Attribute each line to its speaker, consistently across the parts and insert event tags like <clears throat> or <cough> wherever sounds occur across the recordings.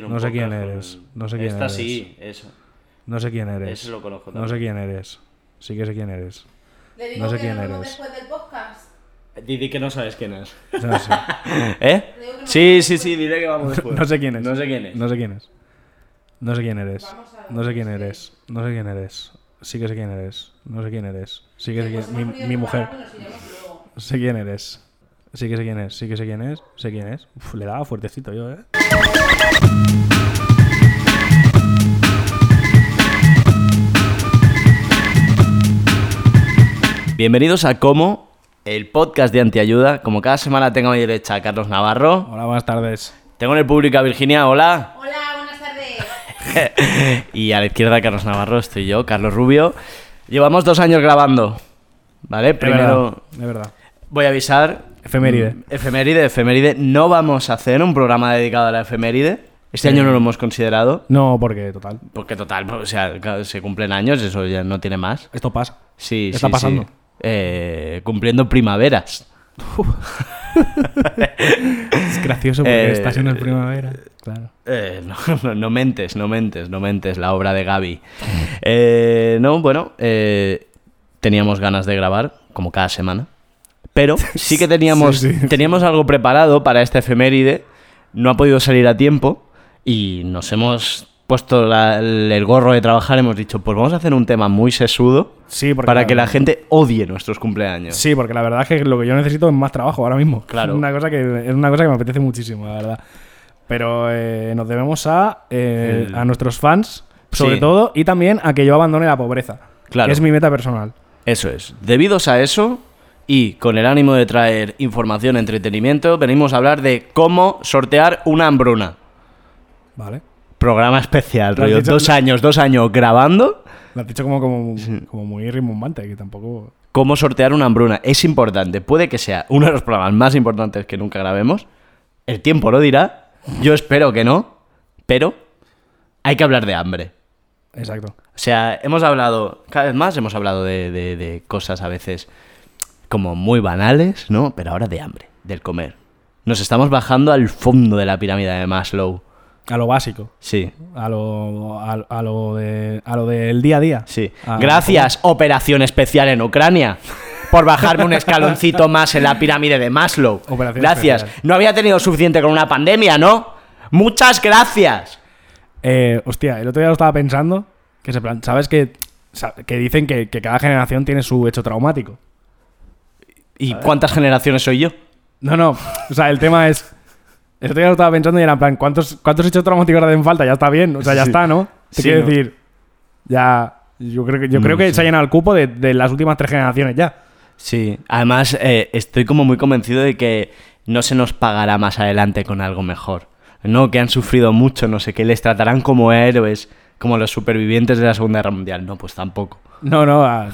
Speaker 1: No sé quién eres, no sé quién
Speaker 2: Esta
Speaker 1: eres.
Speaker 2: sí, eso.
Speaker 1: No sé quién eres.
Speaker 2: Ese lo conozco
Speaker 1: No sé quién eres. Sí que sé quién eres.
Speaker 3: Le digo
Speaker 1: No sé
Speaker 3: que
Speaker 1: quién
Speaker 3: nos vemos
Speaker 1: eres.
Speaker 3: después del podcast.
Speaker 2: Didi que no sabes quién es. <laughs>
Speaker 1: No sé.
Speaker 2: ¿Eh? Sí, sí, sí, dile que vamos después.
Speaker 1: No sé quién es.
Speaker 2: No sé quién es.
Speaker 1: No sé quién es. No sé quién eres. No sé quién eres. No sé quién eres. Sí que sé quién eres. No sé quién eres. Sí que sé quién mi, mi mujer. Sé quién eres. Sí que sé quién es. Sí que sé quién es. Sé quién es. Uf, le daba fuertecito yo, ¿eh?
Speaker 2: <laughs> Bienvenidos a Como, el podcast de Antiayuda. Como cada semana tengo a mi derecha a Carlos Navarro.
Speaker 1: Hola, buenas tardes.
Speaker 2: Tengo en el público a Virginia, hola.
Speaker 3: Hola, buenas tardes.
Speaker 2: <laughs> y a la izquierda Carlos Navarro, estoy yo, Carlos Rubio. Llevamos dos años grabando, ¿vale?
Speaker 1: De verdad.
Speaker 2: Primero
Speaker 1: De verdad.
Speaker 2: voy a avisar.
Speaker 1: Efeméride.
Speaker 2: Mm, Efeméride, efeméride. No vamos a hacer un programa dedicado a la efeméride. Este año no lo hemos considerado.
Speaker 1: No, porque total.
Speaker 2: Porque total, o sea, claro, se cumplen años, eso ya no tiene más.
Speaker 1: Esto pasa.
Speaker 2: Sí,
Speaker 1: Está
Speaker 2: sí,
Speaker 1: pasando.
Speaker 2: sí. Eh, cumpliendo
Speaker 1: <laughs>
Speaker 2: primaveras.
Speaker 1: Es gracioso porque
Speaker 2: Eh,
Speaker 1: estás en el primavera. Claro.
Speaker 2: Eh, <laughs> no, no- no mentes, no mentes, no mentes, la obra de
Speaker 1: <laughs>
Speaker 2: Gaby. Eh, no, bueno, eh, teníamos ganas de grabar, como cada semana. Pero sí que teníamos,
Speaker 1: <laughs> Sí, sí.
Speaker 2: teníamos algo preparado para esta efeméride. No ha podido salir a tiempo y nos hemos puesto la- el, el gorro de trabajar. Hemos dicho, pues vamos a hacer un tema muy sesudo
Speaker 1: Sí, porque
Speaker 2: para
Speaker 1: la-
Speaker 2: que la gente odie nuestros cumpleaños.
Speaker 1: Sí, porque la verdad es que lo que yo necesito es más trabajo ahora mismo. <laughs>
Speaker 2: Claro.
Speaker 1: Una cosa que, es una cosa que me apetece muchísimo, la verdad. Pero eh, nos debemos a, eh,
Speaker 2: El-
Speaker 1: a nuestros fans, sobre
Speaker 2: Sí.
Speaker 1: todo, y también a que yo abandone la pobreza.
Speaker 2: Claro.
Speaker 1: que es mi meta personal.
Speaker 2: Eso es. Debidos a eso y con el ánimo de traer información, entretenimiento, venimos a hablar de cómo sortear una hambruna.
Speaker 1: ¿Vale?
Speaker 2: Programa especial,
Speaker 1: Lo has
Speaker 2: rollo.
Speaker 1: dicho-
Speaker 2: Dos años, dos años grabando.
Speaker 1: Lo has dicho como, como, como muy rimbombante, que tampoco.
Speaker 2: Cómo sortear una hambruna. Es importante. Puede que sea uno de los programas más importantes que nunca grabemos. El tiempo lo dirá. Yo espero que no. Pero hay que hablar de hambre.
Speaker 1: Exacto.
Speaker 2: O sea, hemos hablado, cada vez más hemos hablado de, de- de cosas a veces como muy banales, ¿no? Pero ahora de hambre, del comer. Nos estamos bajando al fondo de la pirámide de Maslow.
Speaker 1: A lo básico.
Speaker 2: Sí,
Speaker 1: A lo, a, a lo, de, a lo del día a día.
Speaker 2: sí.
Speaker 1: A-
Speaker 2: Gracias, operación especial en Ucrania, por bajarme un
Speaker 1: <laughs>
Speaker 2: escaloncito más en la pirámide de Maslow.
Speaker 1: Operación
Speaker 2: gracias.
Speaker 1: especial.
Speaker 2: No había tenido suficiente con una pandemia, ¿no? Muchas gracias.
Speaker 1: Eh, hostia, el otro día lo estaba pensando. Que se plan, ¿sabes que, sa- que dicen que, que cada generación tiene su hecho traumático?
Speaker 2: ¿Y cuántas generaciones soy yo?
Speaker 1: No, no. O sea, el tema es. El otro día lo estaba pensando y era en plan, ¿cuántos, cuántos hechos traumáticos hacen falta? Ya está bien. O sea, ya
Speaker 2: Sí.
Speaker 1: está, ¿no?
Speaker 2: Sí,
Speaker 1: Te quiero
Speaker 2: ¿no? Mm,
Speaker 1: decir. Ya. Yo creo que, yo creo que se ha llenado el cupo de, de las últimas tres generaciones ya.
Speaker 2: Sí, además eh, estoy como muy convencido de que no se nos pagará más adelante con algo mejor. No, que han sufrido mucho, no sé qué, les tratarán como héroes, como los supervivientes de la Segunda Guerra Mundial. No, pues tampoco.
Speaker 1: No, no. ah,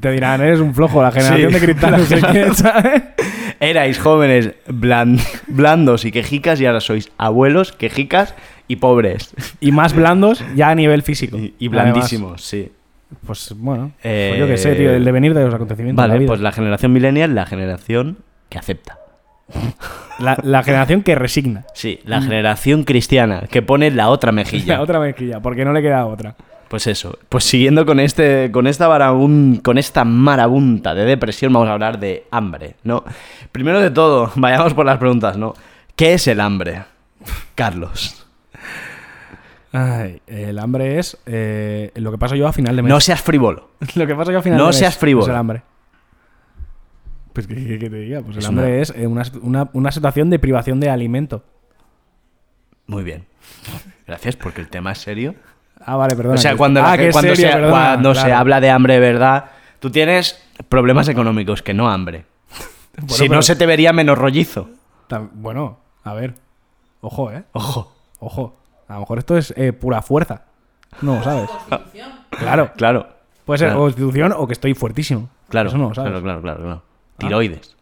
Speaker 1: te dirán, eres un flojo, la generación
Speaker 2: Sí.
Speaker 1: de cristal,
Speaker 2: <laughs>
Speaker 1: no sé qué, ¿sabes?
Speaker 2: Erais jóvenes blan- <laughs> blandos y quejicas y ahora sois abuelos, quejicas y pobres.
Speaker 1: Y más blandos ya a nivel físico.
Speaker 2: Y, y blandísimos, sí.
Speaker 1: Además, pues bueno.
Speaker 2: Eh,
Speaker 1: pues yo qué sé, tío. El devenir de los acontecimientos. de la
Speaker 2: Vale,
Speaker 1: vida.
Speaker 2: pues la generación millennial, la generación que acepta.
Speaker 1: La, la generación que resigna.
Speaker 2: Sí, la generación cristiana, que pone la <laughs> otra mejilla.
Speaker 1: Mm. <laughs> La otra mezquilla, porque no le queda otra.
Speaker 2: Pues eso, pues siguiendo con este, con esta varabun- con esta marabunta de depresión, vamos a hablar de hambre, ¿no? Primero de todo, <laughs> vayamos por las preguntas, ¿no? ¿Qué es el hambre? Carlos.
Speaker 1: Ay, el hambre es eh, lo que paso yo a final de mes.
Speaker 2: No seas frívolo.
Speaker 1: <laughs> lo que paso yo a final
Speaker 2: no
Speaker 1: de mes
Speaker 2: seas frívolo.
Speaker 1: Es el hambre. Pues que, que- que te diga, pues el
Speaker 2: Es
Speaker 1: hambre
Speaker 2: una-
Speaker 1: es eh, una, una- una situación de privación de alimento.
Speaker 2: Muy bien. Gracias, porque el tema es serio.
Speaker 1: Ah, vale, perdón.
Speaker 2: O sea, cuando, la
Speaker 1: ah,
Speaker 2: gen-
Speaker 1: que es
Speaker 2: cuando,
Speaker 1: serio,
Speaker 2: se,
Speaker 1: perdona,
Speaker 2: cuando se
Speaker 1: claro.
Speaker 2: habla de hambre de verdad, tú tienes problemas económicos, que no hambre.
Speaker 1: Bueno,
Speaker 2: si
Speaker 1: pero-
Speaker 2: no, se te vería menos rollizo.
Speaker 1: Tam- Bueno, a ver. Ojo, ¿eh?
Speaker 2: Ojo.
Speaker 1: Ojo. A lo mejor esto es eh, pura fuerza. No, lo ¿sabes? claro.
Speaker 2: Claro.
Speaker 1: Puede ser
Speaker 2: Claro.
Speaker 1: o constitución o que estoy fuertísimo.
Speaker 2: Claro,
Speaker 1: Eso no, lo ¿sabes? Ah.
Speaker 2: claro, claro, claro, claro. Tiroides.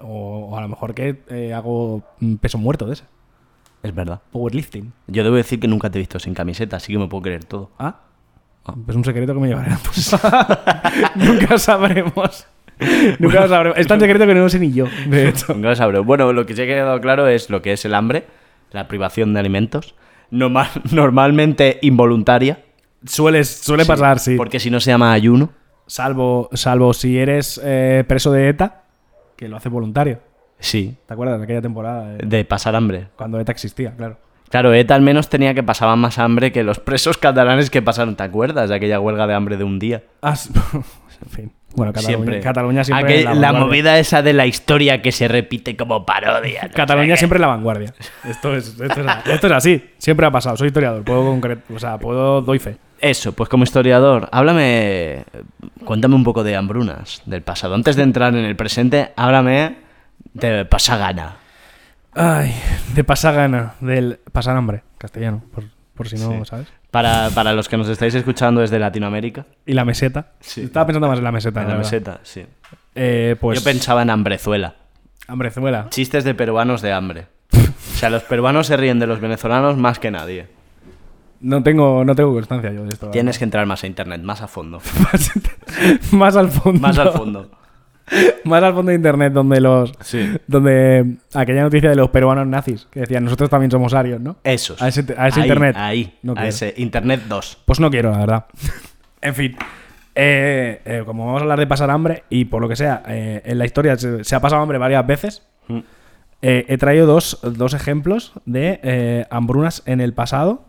Speaker 1: O, o a lo mejor que eh, hago mm, peso muerto de ese.
Speaker 2: Es verdad.
Speaker 1: Powerlifting.
Speaker 2: Yo debo decir que nunca te he visto sin camiseta, así que me puedo creer todo.
Speaker 1: Ah. Es un secreto que
Speaker 2: <laughs>
Speaker 1: me llevaré a la tumba. <laughs> Nunca sabremos. Nunca lo sabremos. Es tan secreto que no lo sé ni yo,
Speaker 2: <laughs>
Speaker 1: de hecho.
Speaker 2: Nunca lo sabré. Bueno, lo que sí ha quedado claro es lo que es el hambre, la privación de alimentos, normal- <laughs> normalmente involuntaria.
Speaker 1: Suele, suele
Speaker 2: Sí,
Speaker 1: pasar, sí.
Speaker 2: Porque si no se llama ayuno.
Speaker 1: Salvo, salvo si eres eh, preso de ETA, que lo hace voluntario.
Speaker 2: Sí.
Speaker 1: ¿Te acuerdas de aquella temporada? de-
Speaker 2: De pasar hambre.
Speaker 1: cuando ETA existía, claro.
Speaker 2: Claro, ETA al menos tenía que pasar más hambre que los presos catalanes que pasaron, ¿te acuerdas? De aquella huelga de hambre de un día.
Speaker 1: As- <laughs> en fin. Bueno, Cataluña siempre,
Speaker 2: Ah, siempre.
Speaker 1: Cataluña siempre
Speaker 2: Aquel-
Speaker 1: en la,
Speaker 2: la
Speaker 1: vanguardia.
Speaker 2: movida esa de la historia que se repite como parodia. ¿no?
Speaker 1: Cataluña
Speaker 2: O sea que-
Speaker 1: siempre en la vanguardia. Esto es, esto, es, esto es así. Siempre ha pasado. Soy historiador. Puedo concreto. O sea, puedo. Doy fe.
Speaker 2: Eso, pues como historiador, háblame, cuéntame un poco de hambrunas del pasado. Antes de entrar en el presente, háblame de pasagana.
Speaker 1: Ay, de pasar gana. Del pasar hambre. Castellano. Por, por si no,
Speaker 2: Sí.
Speaker 1: ¿sabes?
Speaker 2: Para, para los que nos estáis escuchando desde Latinoamérica.
Speaker 1: Y la meseta.
Speaker 2: Sí.
Speaker 1: Estaba pensando más en la meseta.
Speaker 2: en la
Speaker 1: verdad.
Speaker 2: meseta, sí.
Speaker 1: Eh, pues.
Speaker 2: Yo pensaba en hambrezuela.
Speaker 1: Hambrezuela.
Speaker 2: Chistes de peruanos de hambre. O sea, los peruanos se ríen de los venezolanos más que nadie.
Speaker 1: No tengo, no tengo constancia yo de esto. la
Speaker 2: Tienes que entrar más a internet, más a fondo. <laughs>
Speaker 1: verdad. <laughs> más al fondo.
Speaker 2: Más al fondo.
Speaker 1: Más al fondo de internet, donde los.
Speaker 2: Sí.
Speaker 1: Donde aquella noticia de los peruanos nazis que decían nosotros también somos arios, ¿no?
Speaker 2: Esos.
Speaker 1: A ese, a ese
Speaker 2: Ahí,
Speaker 1: internet.
Speaker 2: Ahí.
Speaker 1: No
Speaker 2: a
Speaker 1: quiero.
Speaker 2: ese internet 2.
Speaker 1: Pues no quiero, la verdad. <laughs> en fin. eh, eh, como vamos a hablar de pasar hambre, y por lo que sea, eh, en la historia se, se ha pasado hambre varias veces, eh, he traído dos, dos ejemplos de eh, hambrunas en el pasado.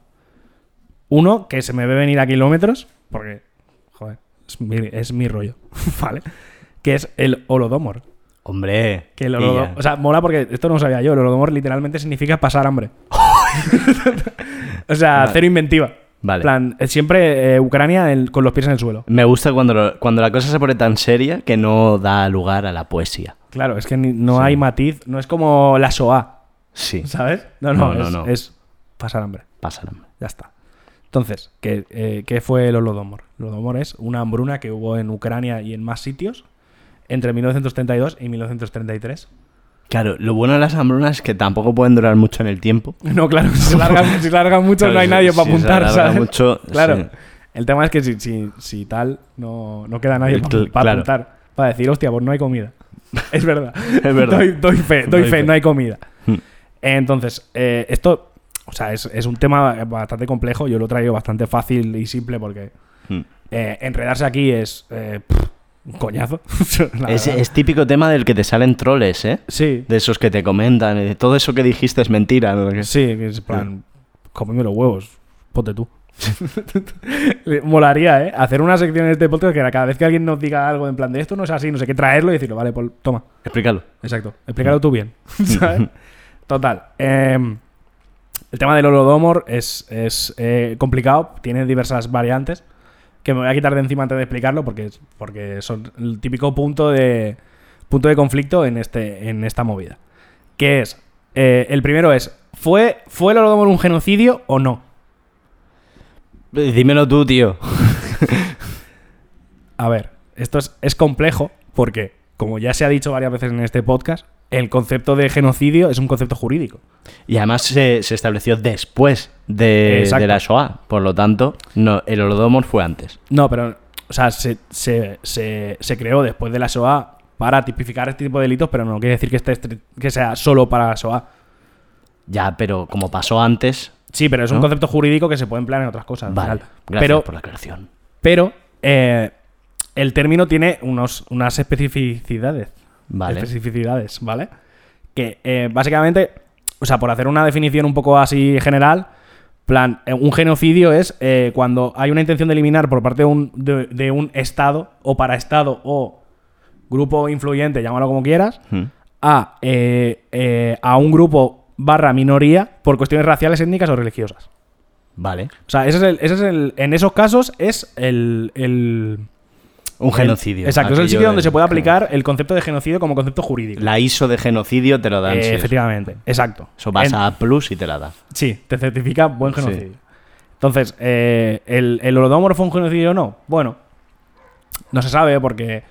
Speaker 1: Uno que se me ve venir a kilómetros, porque, joder, es mi, es mi rollo, <laughs> ¿vale? Que es el holodomor.
Speaker 2: Hombre.
Speaker 1: Que el
Speaker 2: pilla.
Speaker 1: holodomor o sea, mola porque esto no lo sabía yo. El holodomor literalmente significa pasar hambre. <laughs> o sea,
Speaker 2: Vale.
Speaker 1: cero inventiva.
Speaker 2: Vale.
Speaker 1: plan, eh, siempre eh, Ucrania en- con los pies en el suelo.
Speaker 2: Me gusta cuando, lo- cuando la cosa se pone tan seria que no da lugar a la poesía.
Speaker 1: Claro, es que ni- no hay matiz. No es como la SOA,
Speaker 2: Sí.
Speaker 1: ¿sabes? No, no,
Speaker 2: No, no,
Speaker 1: es,
Speaker 2: no.
Speaker 1: es pasar hambre.
Speaker 2: Pasa el hambre.
Speaker 1: Ya está. Entonces, ¿qué, eh, qué fue el Holodomor? El Holodomor es una hambruna que hubo en Ucrania y en más sitios entre 1932 y 1933.
Speaker 2: Claro, lo bueno de las hambrunas es que tampoco pueden durar mucho en el tiempo.
Speaker 1: <laughs> No, claro, si se largan, si largan mucho
Speaker 2: Claro,
Speaker 1: no hay
Speaker 2: si-
Speaker 1: nadie
Speaker 2: si
Speaker 1: para
Speaker 2: se
Speaker 1: apuntar,
Speaker 2: alarga
Speaker 1: ¿sabes?
Speaker 2: mucho,
Speaker 1: <laughs> claro.
Speaker 2: sí.
Speaker 1: El tema es que si, si, si tal, no, no queda nadie
Speaker 2: El
Speaker 1: para
Speaker 2: Eh, cl- claro.
Speaker 1: apuntar. Para decir, hostia, pues no
Speaker 2: <laughs>
Speaker 1: hay comida. Es verdad.
Speaker 2: Es verdad.
Speaker 1: Doy, doy fe, doy, fe, no hay comida.
Speaker 2: Hmm.
Speaker 1: Entonces, eh, esto, o sea, es, es un tema bastante complejo. Yo lo traigo bastante fácil y simple porque
Speaker 2: Hmm.
Speaker 1: eh, enredarse aquí es eh, pff, un coñazo. <laughs> La
Speaker 2: Es,
Speaker 1: verdad.
Speaker 2: es típico tema del que te salen troles, ¿eh?
Speaker 1: sí,
Speaker 2: De esos que te comentan, eh, todo eso que dijiste es mentira. ¿no? Que-
Speaker 1: Sí, que es plan, cómeme los huevos, ponte tú. <laughs> Molaría, ¿eh? Hacer una sección en este podcast que era cada vez que alguien nos diga algo en plan de esto no es así, no sé qué, traerlo y decirlo, vale, Paul, toma.
Speaker 2: Explícalo.
Speaker 1: Exacto. Explícalo tú bien. <laughs> ¿sabes? Total. em, el tema del holodomor es, es, eh, complicado, tiene diversas variantes que me voy a quitar de encima antes de explicarlo porque, es- porque son el típico punto de, punto de conflicto en, este, en esta movida. Que es, eh, el primero es, ¿fue, ¿fue el holodomor un genocidio o no?
Speaker 2: Eh, Dímelo tú, tío.
Speaker 1: A ver, esto es, es complejo porque, como ya se ha dicho varias veces en este podcast, el concepto de genocidio es un concepto jurídico.
Speaker 2: Y además se, se estableció después de,
Speaker 1: Exacto.
Speaker 2: de la SOA. Por lo tanto, no, el holodomor fue antes.
Speaker 1: No, pero, o sea, se, se- se- se creó después de la SOA para tipificar este tipo de delitos, pero no quiere decir que, esté estri- que sea solo para la SOA.
Speaker 2: Ya, pero como pasó antes.
Speaker 1: Sí, pero es un
Speaker 2: ¿No?
Speaker 1: concepto jurídico que se puede emplear en otras cosas. al
Speaker 2: Vale.
Speaker 1: final.
Speaker 2: Gracias
Speaker 1: pero
Speaker 2: por la aclaración.
Speaker 1: pero eh, el término tiene unos, unas especificidades.
Speaker 2: Vale.
Speaker 1: Especificidades, ¿vale? Que eh, básicamente, o sea, por hacer una definición un poco así general, plan, eh, un genocidio es eh, cuando hay una intención de eliminar por parte de un, de- de un Estado o para Estado o grupo influyente, llámalo como quieras,
Speaker 2: Mm.
Speaker 1: a, eh, eh, a un grupo barra minoría por cuestiones raciales, étnicas o religiosas.
Speaker 2: Vale.
Speaker 1: O sea, ese es Pues el, ese es el- en esos casos es el, el-
Speaker 2: Un genocidio.
Speaker 1: Exacto, es el
Speaker 2: Aquello
Speaker 1: sitio donde
Speaker 2: del-
Speaker 1: se puede aplicar el concepto de genocidio como concepto jurídico.
Speaker 2: La ISO de genocidio te lo dan.
Speaker 1: Eh,
Speaker 2: sí, eso.
Speaker 1: efectivamente, exacto.
Speaker 2: Eso vas
Speaker 1: En-
Speaker 2: a Plus y te la da.
Speaker 1: Sí, te certifica buen
Speaker 2: Sí.
Speaker 1: genocidio. Entonces, eh, ¿el, ¿el Holodomor fue un genocidio o no? Bueno, no se sabe porque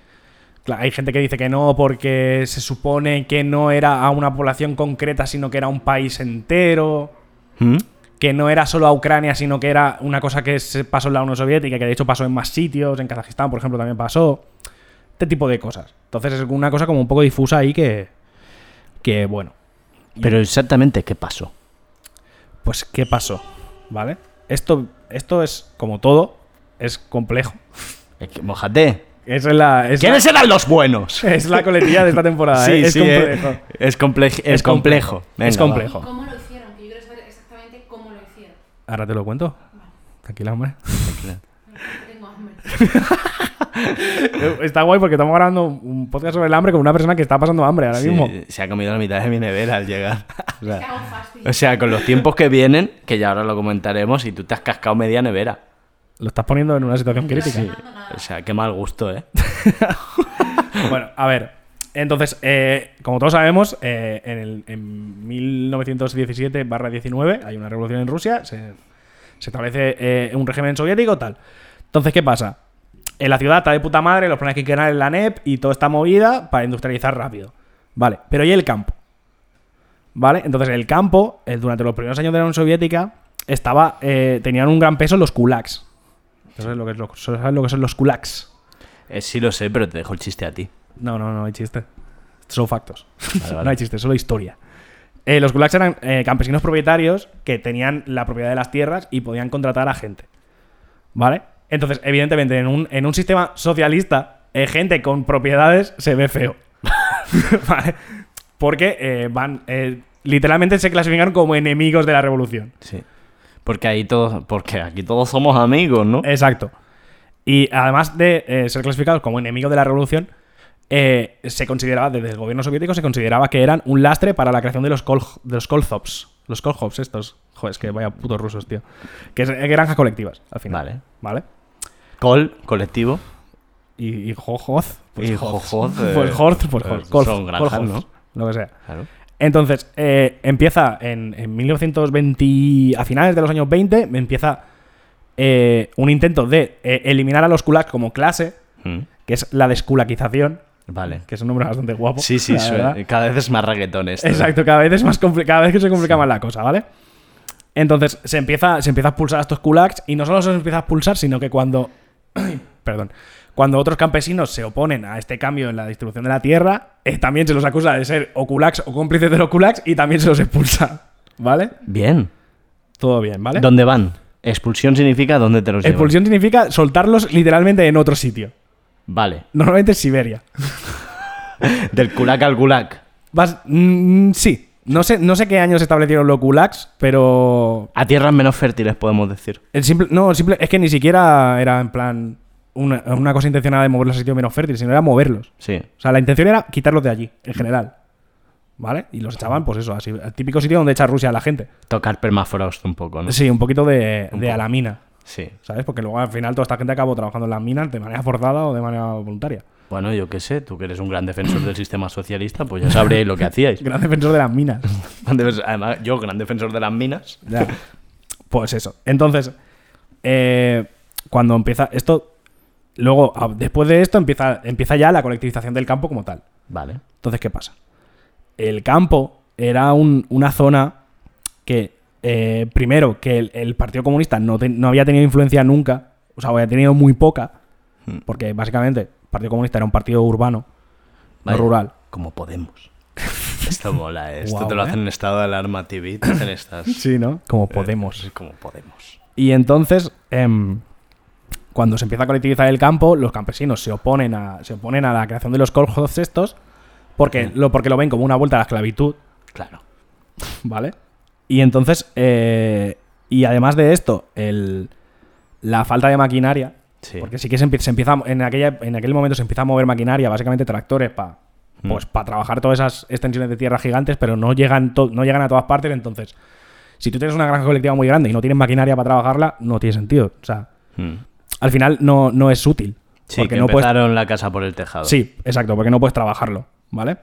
Speaker 1: cla- hay gente que dice que no porque se supone que no era a una población concreta, sino que era un país entero,
Speaker 2: ¿Mm?
Speaker 1: que no era solo a Ucrania, sino que era una cosa que se pasó en la Unión Soviética, que de hecho pasó en más sitios, en Kazajistán, por ejemplo, también pasó. Este tipo de cosas. Entonces es una cosa como un poco difusa ahí que, que bueno,
Speaker 2: Pero exactamente, ¿qué pasó?
Speaker 1: pues qué pasó, ¿vale? Esto, esto es como todo, es complejo.
Speaker 2: Es que, mojate.
Speaker 1: Es la, es
Speaker 2: ¿Quiénes
Speaker 1: la,
Speaker 2: eran los <laughs> buenos?
Speaker 1: <laughs> es la coletilla de esta temporada, ¿eh? es complejo.
Speaker 2: eh, Es, complejo. Es
Speaker 1: Es complejo.
Speaker 2: complejo.
Speaker 1: Es
Speaker 2: Venga, va.
Speaker 1: complejo.
Speaker 3: ¿Cómo lo hicieron? Que yo quiero saber exactamente cómo lo hicieron.
Speaker 1: Ahora te lo cuento. Tranquila, hombre.
Speaker 3: Tengo hambre.
Speaker 1: <laughs> Está guay porque estamos grabando un podcast sobre el hambre con una persona que está pasando hambre ahora
Speaker 2: Sí,
Speaker 1: mismo.
Speaker 2: se ha comido la mitad de mi nevera al llegar. <laughs> O
Speaker 3: Te
Speaker 2: sea,
Speaker 3: hago fácil.
Speaker 2: o sea, con los tiempos que vienen, que ya ahora lo comentaremos, y tú te has cascado media nevera.
Speaker 1: Lo estás poniendo en una situación crítica.
Speaker 2: O sea, qué mal gusto, <laughs> ¿eh?
Speaker 1: Bueno, a ver. Entonces, eh, como todos sabemos, eh, en, el- en 1917-19 hay una revolución en Rusia, se, se establece eh, un régimen soviético, tal. Entonces, ¿qué pasa? En la ciudad está de puta madre, los planes que quedan en la NEP y toda esta movida para industrializar rápido. Vale, pero ¿y el campo? ¿Vale? Entonces, el campo, eh, durante los primeros años de la Unión Soviética, estaba, eh, tenían un gran peso los kulaks. ¿Sabes lo que, es lo- sabes lo que son los kulaks?
Speaker 2: Eh, Sí lo sé, pero te dejo el chiste a ti.
Speaker 1: No, no, no hay chiste. Son factos.
Speaker 2: vale.
Speaker 1: <laughs> no hay chiste, solo historia. Eh, los gulags eran eh, campesinos propietarios que tenían la propiedad de las tierras y podían contratar a gente. ¿Vale? Entonces, evidentemente, en un, en un sistema socialista, eh, gente con propiedades se ve feo. <laughs> ¿Vale? Porque eh, van. eh, literalmente se clasificaron como enemigos de la revolución.
Speaker 2: Sí. Porque ahí todos, porque aquí todos somos amigos, ¿no?
Speaker 1: Exacto. Y además de eh, ser clasificados como enemigos de la revolución, eh, se consideraba, desde el gobierno soviético, se consideraba que eran un lastre para la creación de los, kol, de los kolzops. Los kolzops estos. Joder, es que vaya putos rusos, tío. Que es eh, granjas colectivas, al final.
Speaker 2: Vale.
Speaker 1: Vale.
Speaker 2: Col, colectivo.
Speaker 1: Y, y jojoz.
Speaker 2: <laughs> Y
Speaker 1: joz.
Speaker 2: jojoz, eh,
Speaker 1: pues jorz, pues jorz.
Speaker 2: pues
Speaker 1: Kolz-
Speaker 2: son granjas,
Speaker 1: koljoz, Lo que sea.
Speaker 2: Claro.
Speaker 1: Entonces, eh, empieza en, en 1920, a finales de los años 20, empieza eh, un intento de eh, eliminar a los kulaks como clase,
Speaker 2: Mm.
Speaker 1: que es la desculaquización,
Speaker 2: Vale.
Speaker 1: que es un nombre bastante guapo.
Speaker 2: Sí, sí,
Speaker 1: la
Speaker 2: sue-
Speaker 1: verdad.
Speaker 2: cada vez es más reggaetón esto. ¿eh?
Speaker 1: Exacto, cada vez es más compli- cada vez que se complica más la cosa, ¿vale? Entonces se empieza, se empieza a expulsar a estos kulaks y no solo se los empieza a expulsar, sino que cuando. <coughs> perdón. Cuando otros campesinos se oponen a este cambio en la distribución de la tierra, eh, también se los acusa de ser o kulaks o cómplices de los kulaks y también se los expulsa. ¿Vale?
Speaker 2: Bien.
Speaker 1: Todo bien, ¿vale?
Speaker 2: ¿Dónde van? Expulsión significa dónde te los llevan.
Speaker 1: Expulsión significa soltarlos literalmente en otro sitio.
Speaker 2: Vale.
Speaker 1: Normalmente es Siberia.
Speaker 2: Del culac al culac.
Speaker 1: Vas. mm, sí. No sé, no sé qué año se establecieron los kulaks, pero.
Speaker 2: A tierras menos fértiles, podemos decir.
Speaker 1: El simple, no, el simple, es que ni siquiera era en plan una, una cosa intencionada de moverlos a sitios menos fértiles, sino era moverlos.
Speaker 2: Sí.
Speaker 1: O sea, la intención era quitarlos de allí, en general. ¿Vale? Y los echaban, pues eso, así, al típico sitio donde echa Rusia a la gente.
Speaker 2: Tocar permafrost un poco, ¿no?
Speaker 1: Sí, un poquito de,
Speaker 2: Un
Speaker 1: de a
Speaker 2: poco.
Speaker 1: la mina,
Speaker 2: Sí.
Speaker 1: ¿sabes? Porque luego al final toda esta gente acabó trabajando en las minas de manera forzada o de manera voluntaria.
Speaker 2: Bueno, yo qué sé, tú que eres un gran defensor del sistema socialista, pues ya sabréis lo que <laughs> hacíais.
Speaker 1: Gran defensor de las minas.
Speaker 2: Gran defensor- Además, yo, gran defensor de las minas.
Speaker 1: Ya. Pues eso. Entonces, eh, cuando empieza esto, luego, a- después de esto, empieza, empieza ya la colectivización del campo como tal.
Speaker 2: Vale.
Speaker 1: Entonces, ¿qué pasa? El campo era un- una zona que, eh, primero, que el, el Partido Comunista no, te- no había tenido influencia nunca, o sea, había tenido muy poca,
Speaker 2: Hmm.
Speaker 1: porque básicamente el Partido Comunista era un partido urbano, no
Speaker 2: Vaya,
Speaker 1: rural.
Speaker 2: Como
Speaker 1: <laughs>
Speaker 2: Podemos. Esto mola, ¿eh? Esto
Speaker 1: Guau,
Speaker 2: te lo
Speaker 1: ¿eh?
Speaker 2: hacen en estado de alarma TV, te hacen estas.
Speaker 1: Sí, ¿no? Como
Speaker 2: eh,
Speaker 1: Podemos.
Speaker 2: como Podemos.
Speaker 1: Y entonces, em, cuando se empieza a colectivizar el campo, los campesinos se oponen a, se oponen a la creación de los kolhozs estos, porque, lo, porque lo ven como una vuelta a la esclavitud,
Speaker 2: Claro.
Speaker 1: ¿vale? Y entonces, eh, y además de esto, el, la falta de maquinaria,
Speaker 2: Sí.
Speaker 1: porque sí que se empieza, se empieza a- en, aquella, en aquel momento se empieza a mover maquinaria, básicamente tractores, para
Speaker 2: Mm.
Speaker 1: pues, pa trabajar todas esas extensiones de tierra gigantes, pero no llegan, to- no llegan a todas partes, entonces... Si tú tienes una granja colectiva muy grande y no tienes maquinaria para trabajarla, no tiene sentido. O sea,
Speaker 2: Mm.
Speaker 1: al final no, no es útil.
Speaker 2: Sí,
Speaker 1: Porque
Speaker 2: que
Speaker 1: no puedes-
Speaker 2: empezaron la casa por el tejado.
Speaker 1: Sí, exacto, porque no puedes trabajarlo, ¿vale?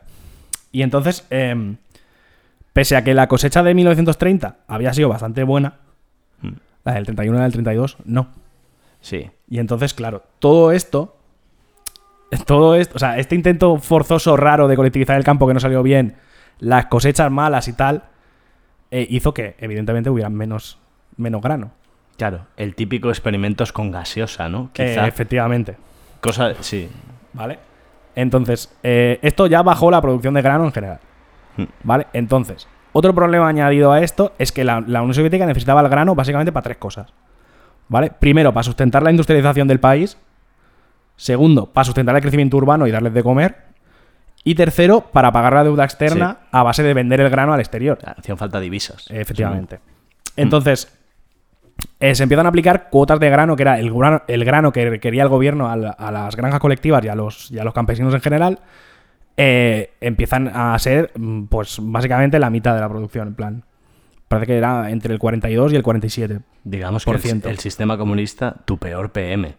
Speaker 1: Y entonces, em, pese a que la cosecha de 1930 había sido bastante buena,
Speaker 2: Mm.
Speaker 1: la del 31 y la del 32, no.
Speaker 2: Sí.
Speaker 1: Y entonces, claro, todo esto, todo esto, o sea, este intento forzoso, raro de colectivizar el campo que no salió bien, las cosechas malas y tal, eh, hizo que, evidentemente, hubiera menos, menos grano.
Speaker 2: Claro, el típico experimentos con gaseosa, ¿no?
Speaker 1: Eh,
Speaker 2: Quizá.
Speaker 1: efectivamente.
Speaker 2: cosa, sí.
Speaker 1: ¿Vale? Entonces, eh, esto ya bajó la producción de grano en general.
Speaker 2: Hmm.
Speaker 1: ¿Vale? Entonces, otro problema añadido a esto es que la, la Unión Soviética necesitaba el grano básicamente para tres cosas. ¿Vale? Primero, para sustentar la industrialización del país. Segundo, para sustentar el crecimiento urbano y darles de comer. Y tercero, para pagar la deuda externa a base de vender el grano al exterior.
Speaker 2: Hacían falta divisas.
Speaker 1: Efectivamente. Entonces, eh, se empiezan a aplicar cuotas de grano, que era el grano, el grano que quería el gobierno a, la- a las granjas colectivas y a los, y a los campesinos en general. eh, empiezan a ser, mm, pues, básicamente la mitad de la producción, en plan. Parece que era entre el 42 y el 47.
Speaker 2: Mm, Digamos
Speaker 1: Por
Speaker 2: que el,
Speaker 1: ciento.
Speaker 2: el sistema comunista, tu peor
Speaker 1: <laughs>
Speaker 2: PM.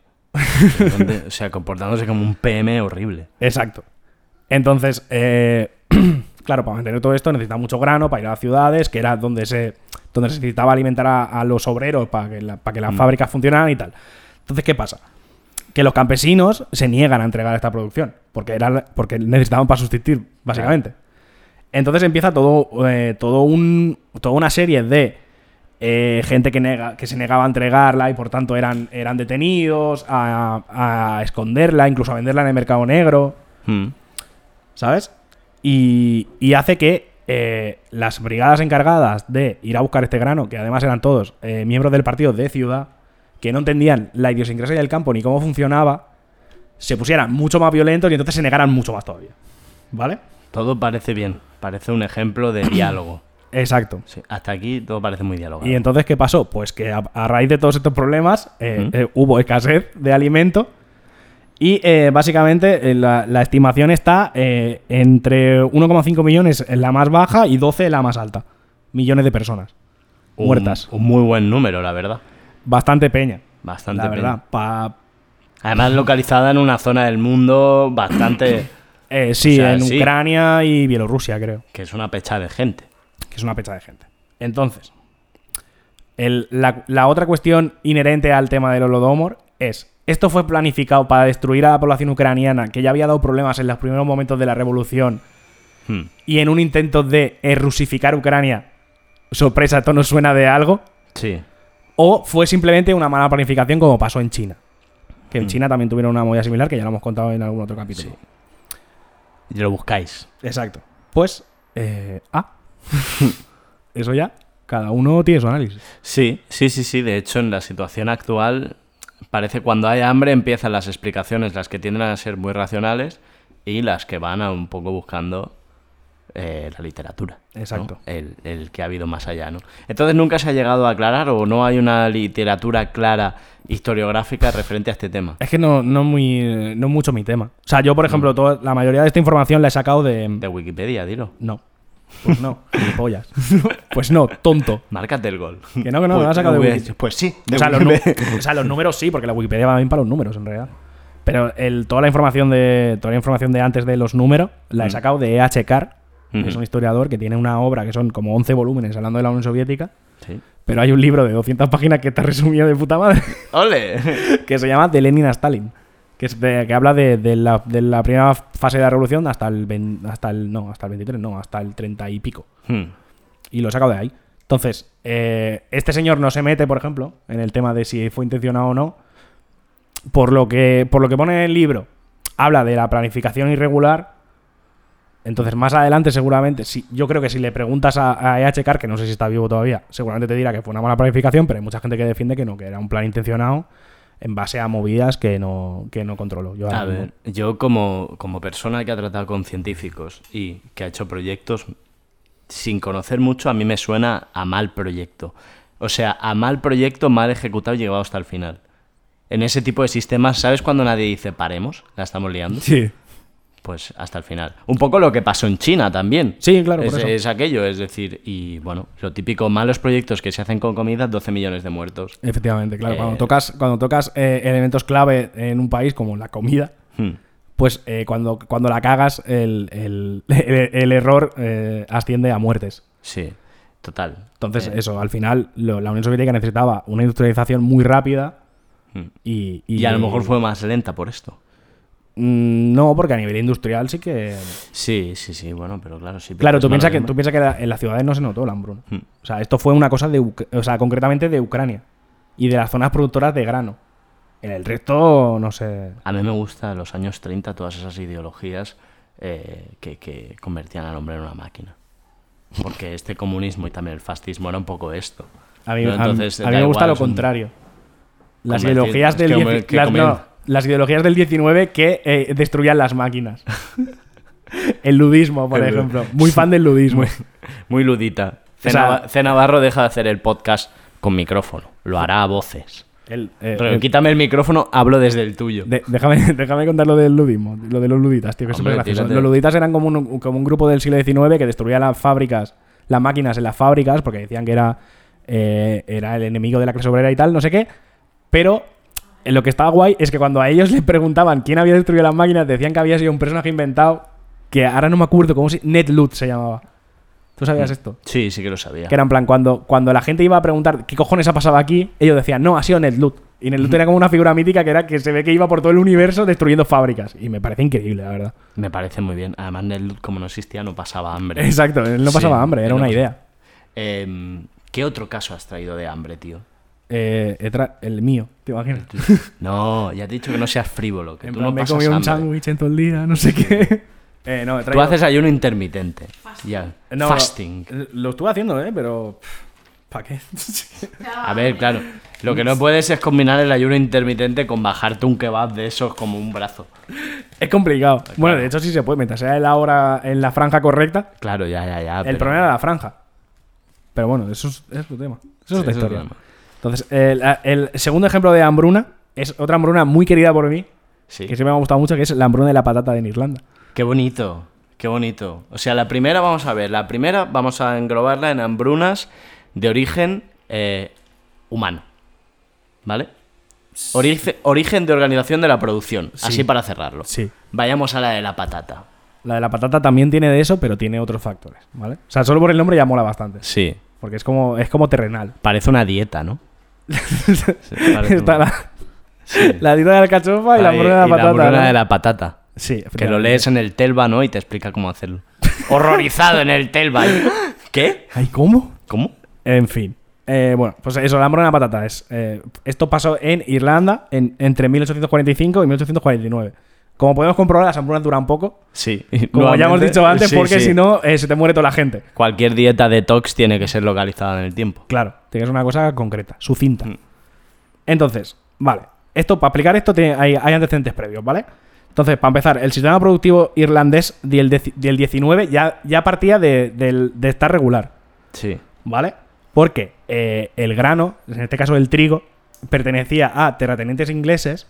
Speaker 2: Donde- o sea, comportándose como un PM horrible.
Speaker 1: Exacto. Entonces, eh, <clears throat> claro, para mantener todo esto necesitaba mucho grano para ir a las ciudades, que era donde se, donde se necesitaba alimentar a, a los obreros para que, la- para que las fábricas funcionaran y tal. Entonces, ¿qué pasa? Que los campesinos se niegan a entregar esta producción, porque, era, la- porque necesitaban para sustituir, básicamente. Entonces empieza todo, eh, todo un, toda una serie de eh, gente que, nega, que se negaba a entregarla y por tanto eran, eran detenidos, a, a esconderla, incluso a venderla en el mercado negro,
Speaker 2: Mm.
Speaker 1: ¿sabes? Y, y hace que eh, las brigadas encargadas de ir a buscar este grano, que además eran todos eh, miembros del partido de ciudad, que no entendían la idiosincrasia del campo ni cómo funcionaba, se pusieran mucho más violentos y entonces se negaran mucho más todavía. ¿Vale?
Speaker 2: Todo parece bien. Parece un ejemplo de diálogo.
Speaker 1: Exacto.
Speaker 2: Sí, hasta aquí todo parece muy diálogo.
Speaker 1: Y entonces, ¿qué pasó? Pues que a, a raíz de todos estos problemas eh, eh, hubo escasez de alimento y eh, básicamente eh, la, la estimación está eh, entre 1,5 millones en la más baja y 12 en la más alta. Millones de personas. muertas.
Speaker 2: Un muy buen número, la verdad.
Speaker 1: Bastante peña.
Speaker 2: Bastante
Speaker 1: la verdad.
Speaker 2: peña.
Speaker 1: Pa-
Speaker 2: Además, localizada en una zona del mundo bastante. <coughs>
Speaker 1: eh, sí,
Speaker 2: O sea,
Speaker 1: en
Speaker 2: sí.
Speaker 1: Ucrania y Bielorrusia, creo.
Speaker 2: que es una pecha de gente.
Speaker 1: que es una pecha de gente. Entonces, el- la, la otra cuestión inherente al tema del Holodomor es, esto fue planificado para destruir a la población ucraniana, que ya había dado problemas en los primeros momentos de la revolución,
Speaker 2: Hmm.
Speaker 1: y en un intento de eh, rusificar Ucrania, sorpresa, esto nos suena de algo,
Speaker 2: Sí.
Speaker 1: o fue simplemente una mala planificación como pasó en China. Que en China también tuvieron una movida similar, que ya lo hemos contado en algún otro capítulo.
Speaker 2: Y lo buscáis.
Speaker 1: Exacto. Pues, eh, ah, <laughs> eso ya, cada uno tiene su análisis.
Speaker 2: Sí, sí, sí, sí. De hecho, en la situación actual, parece cuando hay hambre empiezan las explicaciones, las que tienden a ser muy racionales y las que van a un poco buscando eh, la literatura. ¿no?
Speaker 1: Exacto.
Speaker 2: El, el que ha habido más allá, ¿no? Entonces nunca se ha llegado a aclarar o no hay una literatura clara historiográfica referente a este tema.
Speaker 1: Es que no, no muy, no mucho mi tema. O sea, yo, por ejemplo, toda, la mayoría de esta información la he sacado de...
Speaker 2: Mm. De Wikipedia, dilo.
Speaker 1: No. Pues no, gilipollas. <laughs> pues no, tonto.
Speaker 2: Márcate el gol.
Speaker 1: Que no, que no, me lo has sacado de Wikipedia.
Speaker 2: Pues sí. de
Speaker 1: O sea, los, nu-
Speaker 2: Wikipedia.
Speaker 1: o sea, los números sí, porque la Wikipedia va bien para los números, en realidad. Pero el, toda la información de toda la información de antes de los números
Speaker 2: Mm.
Speaker 1: la he sacado de E.H. Carr, que es un historiador que tiene una obra que son como 11 volúmenes hablando de la Unión Soviética,
Speaker 2: Sí.
Speaker 1: pero hay un libro de 200 páginas que está resumido de puta madre. <laughs>
Speaker 2: ¡Ole!
Speaker 1: que se llama De Lenin a Stalin, que, es de- que habla de, de la, de la primera fase de la revolución hasta el, vein- hasta el no, hasta el 23, no, hasta el 30 y pico.
Speaker 2: Hmm.
Speaker 1: Y lo he sacado de ahí. Entonces, eh, este señor no se mete, por ejemplo, en el tema de si fue intencionado o no. Por lo que, por lo que pone en el libro, habla de la planificación irregular. Entonces, más adelante, seguramente, si, yo creo que si le preguntas a, a EH Carr, que no sé si está vivo todavía, seguramente te dirá que fue una mala planificación, pero hay mucha gente que defiende que no, que era un plan intencionado en base a movidas que no, que no controlo. Yo
Speaker 2: A
Speaker 1: ahora mismo-
Speaker 2: ver, yo como, como persona que ha tratado con científicos y que ha hecho proyectos sin conocer mucho, a mí me suena a mal proyecto. O sea, a mal proyecto, mal ejecutado y llevado hasta el final. En ese tipo de sistemas, ¿sabes cuando nadie dice paremos? La estamos liando.
Speaker 1: Sí.
Speaker 2: pues hasta el final. Un poco lo que pasó en China también.
Speaker 1: Sí, claro, por
Speaker 2: es,
Speaker 1: eso.
Speaker 2: es aquello, es decir, y bueno, lo típico, malos proyectos que se hacen con comida, 12 millones de muertos.
Speaker 1: Efectivamente, claro. Cuando
Speaker 2: Eh,
Speaker 1: tocas, cuando tocas eh, elementos clave en un país como la comida,
Speaker 2: Hmm.
Speaker 1: pues eh, cuando, cuando la cagas, el, el- <laughs> el- el error eh, asciende a muertes.
Speaker 2: Sí, total.
Speaker 1: Entonces,
Speaker 2: Eh,
Speaker 1: eso, al final, lo- la Unión Soviética necesitaba una industrialización muy rápida
Speaker 2: hmm.
Speaker 1: y.
Speaker 2: Y a lo mejor fue más lenta por esto.
Speaker 1: Mm, No, porque a nivel industrial sí que.
Speaker 2: Sí, sí, sí, bueno, pero claro, sí.
Speaker 1: Claro, tú
Speaker 2: no
Speaker 1: piensas
Speaker 2: lo
Speaker 1: que,
Speaker 2: mismo.
Speaker 1: tú piensa que la- en las ciudades no se notó el hambruna.
Speaker 2: Hmm.
Speaker 1: O sea, esto fue una cosa de. Uc- O sea, concretamente de Ucrania y de las zonas productoras de grano. En el resto, no sé.
Speaker 2: A mí me gusta los años 30 todas esas ideologías eh, que, que convertían al hombre en una máquina. Porque este comunismo y también el fascismo era un poco esto.
Speaker 1: A mí,
Speaker 2: ¿no?
Speaker 1: a-
Speaker 2: Entonces,
Speaker 1: a mí
Speaker 2: da
Speaker 1: me gusta
Speaker 2: igual,
Speaker 1: lo
Speaker 2: es un-
Speaker 1: contrario. Las
Speaker 2: Convertir-
Speaker 1: ideologías
Speaker 2: es
Speaker 1: del
Speaker 2: que
Speaker 1: dieci-
Speaker 2: comen- que
Speaker 1: las,
Speaker 2: comen-
Speaker 1: no, las ideologías del 19 que eh, destruían
Speaker 2: <laughs>
Speaker 1: las máquinas. el ludismo, por
Speaker 2: El lu-
Speaker 1: ejemplo. Muy fan
Speaker 2: <laughs>
Speaker 1: del ludismo.
Speaker 2: Muy ludita.
Speaker 1: O sea-
Speaker 2: Cena- Cenabarro deja de hacer el podcast con micrófono. Lo hará a voces.
Speaker 1: El- eh,
Speaker 2: Pero
Speaker 1: el-
Speaker 2: quítame el micrófono, hablo desde el tuyo.
Speaker 1: de- déjame, <laughs> déjame contar lo del ludismo, lo de los luditas, tío, que es
Speaker 2: Hombre,
Speaker 1: súper gracioso.
Speaker 2: tírate.
Speaker 1: Los luditas eran como un, como un grupo del siglo XIX que destruía las fábricas, las máquinas en las fábricas, porque decían que era, eh, era el enemigo de la clase obrera y tal, no sé qué. Pero eh, lo que estaba guay es que cuando a ellos <laughs> les preguntaban quién había destruido las máquinas, decían que había sido un personaje inventado que ahora no me acuerdo cómo se. Ned Lut se llamaba. ¿Tú
Speaker 2: Mm.
Speaker 1: sabías esto?
Speaker 2: Sí, sí que lo sabía.
Speaker 1: Que era en plan, cuando, cuando la gente iba a preguntar qué cojones ha pasado aquí, ellos decían, no, ha sido Ned Lut. Y Ned Lut era como una figura mítica que era que se ve que iba por todo el universo destruyendo fábricas. Y me parece increíble, la verdad.
Speaker 2: Me parece muy bien. Además, Ned, como no existía, no pasaba hambre.
Speaker 1: <laughs> Exacto, él no
Speaker 2: Sí,
Speaker 1: pasaba hambre,
Speaker 2: él
Speaker 1: era
Speaker 2: no
Speaker 1: una
Speaker 2: pasaba-
Speaker 1: idea.
Speaker 2: Em, ¿Qué otro caso has traído de hambre, tío?
Speaker 1: Eh, he tra- el mío, ¿te imaginas?
Speaker 2: No, ya te he dicho que no seas frívolo, que
Speaker 1: En
Speaker 2: tú
Speaker 1: plan,
Speaker 2: no
Speaker 1: me he
Speaker 2: pasas
Speaker 1: comido un
Speaker 2: hambre.
Speaker 1: sándwich en todo el día, no sé qué. <laughs> Eh, no, he
Speaker 2: Tú
Speaker 1: traído-
Speaker 2: haces ayuno intermitente. Ya.
Speaker 1: No,
Speaker 2: Fasting.
Speaker 1: Lo, lo estuve haciendo, ¿eh? Pero... ¿Para qué? <laughs>
Speaker 2: A ver, claro. Lo que no puedes es combinar el ayuno intermitente con bajarte un kebab de esos como un brazo.
Speaker 1: es complicado. Bueno, de hecho sí se puede, mientras sea la hora en la franja correcta.
Speaker 2: Claro, ya, ya, ya.
Speaker 1: El
Speaker 2: pero-
Speaker 1: problema era la franja. Pero bueno, eso es, es tu tema. Eso es
Speaker 2: Sí, eso
Speaker 1: otra
Speaker 2: es
Speaker 1: historia.
Speaker 2: tu tema.
Speaker 1: Entonces, el, el segundo ejemplo de hambruna es otra hambruna muy querida por mí,
Speaker 2: Sí.
Speaker 1: que siempre me ha gustado mucho, que es la hambruna de la patata en Irlanda.
Speaker 2: Qué bonito, qué bonito. O sea, la primera vamos a ver. La primera vamos a englobarla en hambrunas de origen eh, humano. ¿Vale? Orice- origen de organización de la producción. Así para cerrarlo.
Speaker 1: Sí.
Speaker 2: Vayamos a la de la patata.
Speaker 1: La de la patata también tiene de eso, pero tiene otros factores, ¿vale? O sea, solo por el nombre ya mola bastante,
Speaker 2: Sí.
Speaker 1: porque es como, es como terrenal.
Speaker 2: Parece una dieta,
Speaker 1: <laughs>
Speaker 2: ¿no?
Speaker 1: Está la, la dieta de alcachofa y la hambruna de la
Speaker 2: y
Speaker 1: patata.
Speaker 2: hambruna
Speaker 1: ¿no?
Speaker 2: de la patata.
Speaker 1: Sí,
Speaker 2: Que lo
Speaker 1: efectivamente.
Speaker 2: lees en el Telva, ¿no? Y te explica cómo hacerlo. Horrorizado en el Telva. ¿Qué?
Speaker 1: Ay, ¿cómo?
Speaker 2: ¿Cómo?
Speaker 1: En fin. Eh, bueno, pues eso, la hambruna de la patata es. eh, esto pasó en Irlanda en- entre 1845 y 1849. Como podemos comprobar, las hambrunas duran poco.
Speaker 2: Sí. <laughs>
Speaker 1: Como ya hemos dicho antes, porque
Speaker 2: si
Speaker 1: si
Speaker 2: no
Speaker 1: no, eh, se te muere toda la gente.
Speaker 2: Cualquier dieta detox tiene que ser localizada en el tiempo.
Speaker 1: Claro, tienes una cosa concreta, sucinta.
Speaker 2: Mm.
Speaker 1: Entonces, vale. Esto, para explicar esto, tiene- hay, hay antecedentes previos, ¿vale? Entonces, para empezar, el sistema productivo irlandés del, deci- del 19 ya, ya partía de- del- de estar regular.
Speaker 2: Sí.
Speaker 1: ¿vale? Porque eh, el grano, en este caso el trigo, pertenecía a terratenientes ingleses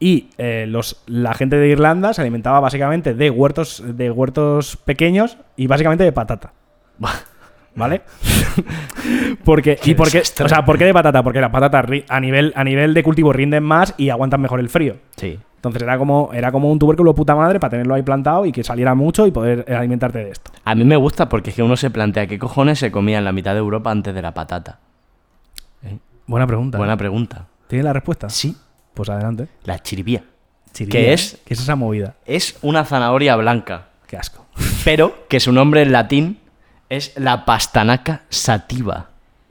Speaker 1: y eh, los, la gente de Irlanda se alimentaba básicamente de huertos, de huertos pequeños y básicamente de patata. <laughs> ¿Vale? porque, y
Speaker 2: Qué
Speaker 1: porque,
Speaker 2: desastre.
Speaker 1: o sea, ¿por qué de patata? Porque las patatas ri- a nivel, a nivel de cultivo rinden más y aguantan mejor el frío.
Speaker 2: Sí.
Speaker 1: Entonces era como, era como un tubérculo puta madre para tenerlo ahí plantado y que saliera mucho y poder eh, alimentarte de esto.
Speaker 2: A mí me gusta porque es que uno se plantea qué cojones se comía en la mitad de Europa antes de la patata.
Speaker 1: Buena pregunta.
Speaker 2: Buena pregunta.
Speaker 1: ¿Tienes la respuesta?
Speaker 2: Sí.
Speaker 1: Pues adelante.
Speaker 2: La chiribía.
Speaker 1: Chiribía,
Speaker 2: ¿Qué es?
Speaker 1: ¿Qué es esa movida?
Speaker 2: Es una zanahoria blanca,
Speaker 1: Qué asco.
Speaker 2: pero que su nombre en latín es la pastanaca sativa.
Speaker 1: <laughs>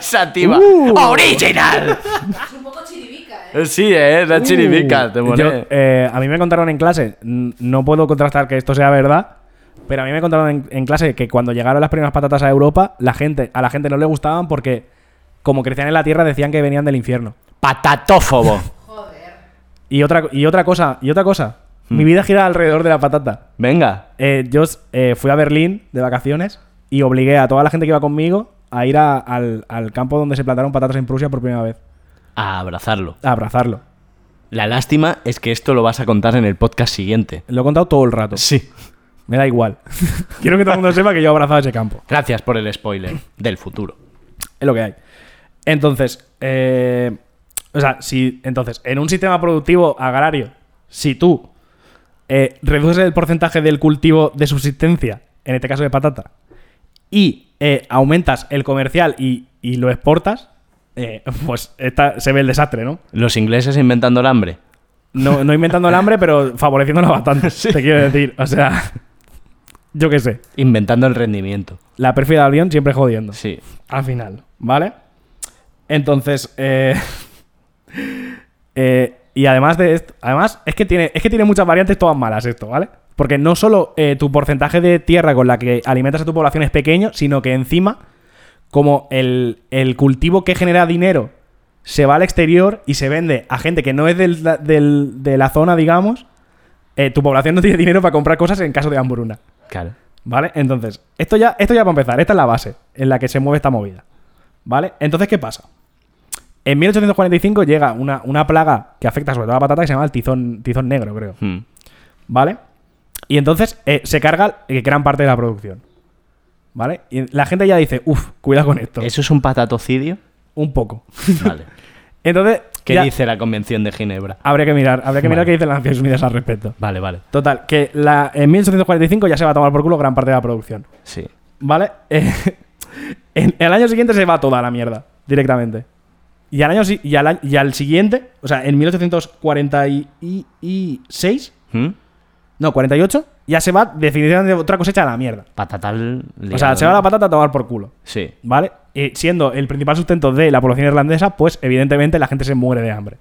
Speaker 2: <laughs> ¡Sativa! Oh,
Speaker 1: Uh.
Speaker 2: ¡Original!
Speaker 3: Es un poco chiribica, ¿eh?
Speaker 2: Sí, es la chiribica, te
Speaker 1: Yo,
Speaker 2: molé.
Speaker 1: eh, a mí me contaron en clase, n- no puedo contrastar que esto sea verdad, pero a mí me contaron en, en clase que cuando llegaron las primeras patatas a Europa, la gente, a la gente no le gustaban porque como crecían en la tierra decían que venían del infierno.
Speaker 2: Patatófobo.
Speaker 1: Y otra, y otra cosa, y otra cosa.
Speaker 2: Hmm.
Speaker 1: Mi vida gira alrededor de la patata.
Speaker 2: Venga.
Speaker 1: Eh, yo eh, fui a Berlín de vacaciones y obligué a toda la gente que iba conmigo a ir a- al, al campo donde se plantaron patatas en Prusia por primera vez.
Speaker 2: A abrazarlo.
Speaker 1: A abrazarlo.
Speaker 2: La lástima es que esto lo vas a contar en el podcast siguiente.
Speaker 1: Lo he contado todo el rato.
Speaker 2: Sí.
Speaker 1: Me da igual. <laughs> Quiero que todo el mundo sepa que yo abrazaba ese campo.
Speaker 2: Gracias por el spoiler del futuro.
Speaker 1: Es lo que hay. Entonces, eh, o sea, si entonces, en un sistema productivo agrario, si tú eh, reduces el porcentaje del cultivo de subsistencia, en este caso de patata, y eh, aumentas el comercial y, y lo exportas, eh, pues esta, se ve el desastre, ¿no?
Speaker 2: Los ingleses inventando el hambre.
Speaker 1: No, no inventando el hambre, pero favoreciéndola bastante, te quiero decir. O sea, yo qué sé.
Speaker 2: Inventando el rendimiento.
Speaker 1: La perfil del guión siempre jodiendo.
Speaker 2: Sí.
Speaker 1: Al final, ¿vale? Entonces, eh, <laughs> eh, y además de esto, además es que tiene, es que tiene muchas variantes todas malas esto, ¿vale? Porque no solo eh, tu porcentaje de tierra con la que alimentas a tu población es pequeño, sino que encima, como el, el cultivo que genera dinero se va al exterior y se vende a gente que no es del- del- de la zona, digamos, eh, tu población no tiene dinero para comprar cosas en caso de hambruna.
Speaker 2: Claro.
Speaker 1: ¿Vale? Entonces, esto ya, esto ya para empezar, esta es la base en la que se mueve esta movida. ¿Vale? Entonces, ¿qué pasa? En 1845 llega una, una plaga que afecta sobre todo a la patata que se llama el tizón, tizón negro, creo.
Speaker 2: Hmm.
Speaker 1: ¿Vale? Y entonces eh, se carga eh, gran parte de la producción. ¿Vale? Y la gente ya dice, uff, cuidado con esto.
Speaker 2: ¿Eso es un
Speaker 1: <laughs>
Speaker 2: patatocidio?
Speaker 1: Un poco.
Speaker 2: Vale.
Speaker 1: Entonces,
Speaker 2: ¿Qué
Speaker 1: ya
Speaker 2: dice la Convención de Ginebra?
Speaker 1: habría que mirar, habría que
Speaker 2: Vale.
Speaker 1: mirar qué dicen las Naciones Unidas al respecto.
Speaker 2: Vale, vale.
Speaker 1: Total, que la, en 1845 ya se va a tomar por culo gran parte de la producción.
Speaker 2: Sí.
Speaker 1: ¿Vale? <laughs> Eh, en- el año siguiente se va toda la mierda, directamente. Y al año si- y al, a- y al siguiente, o sea, en 1846,
Speaker 2: ¿Mm?
Speaker 1: no, 48, ya se va definitivamente otra cosecha a la mierda.
Speaker 2: Patatal.
Speaker 1: O sea,
Speaker 2: liado.
Speaker 1: se va la patata a tomar por culo.
Speaker 2: Sí.
Speaker 1: ¿Vale? Eh, siendo el principal sustento de la población irlandesa, pues evidentemente la gente se muere de hambre.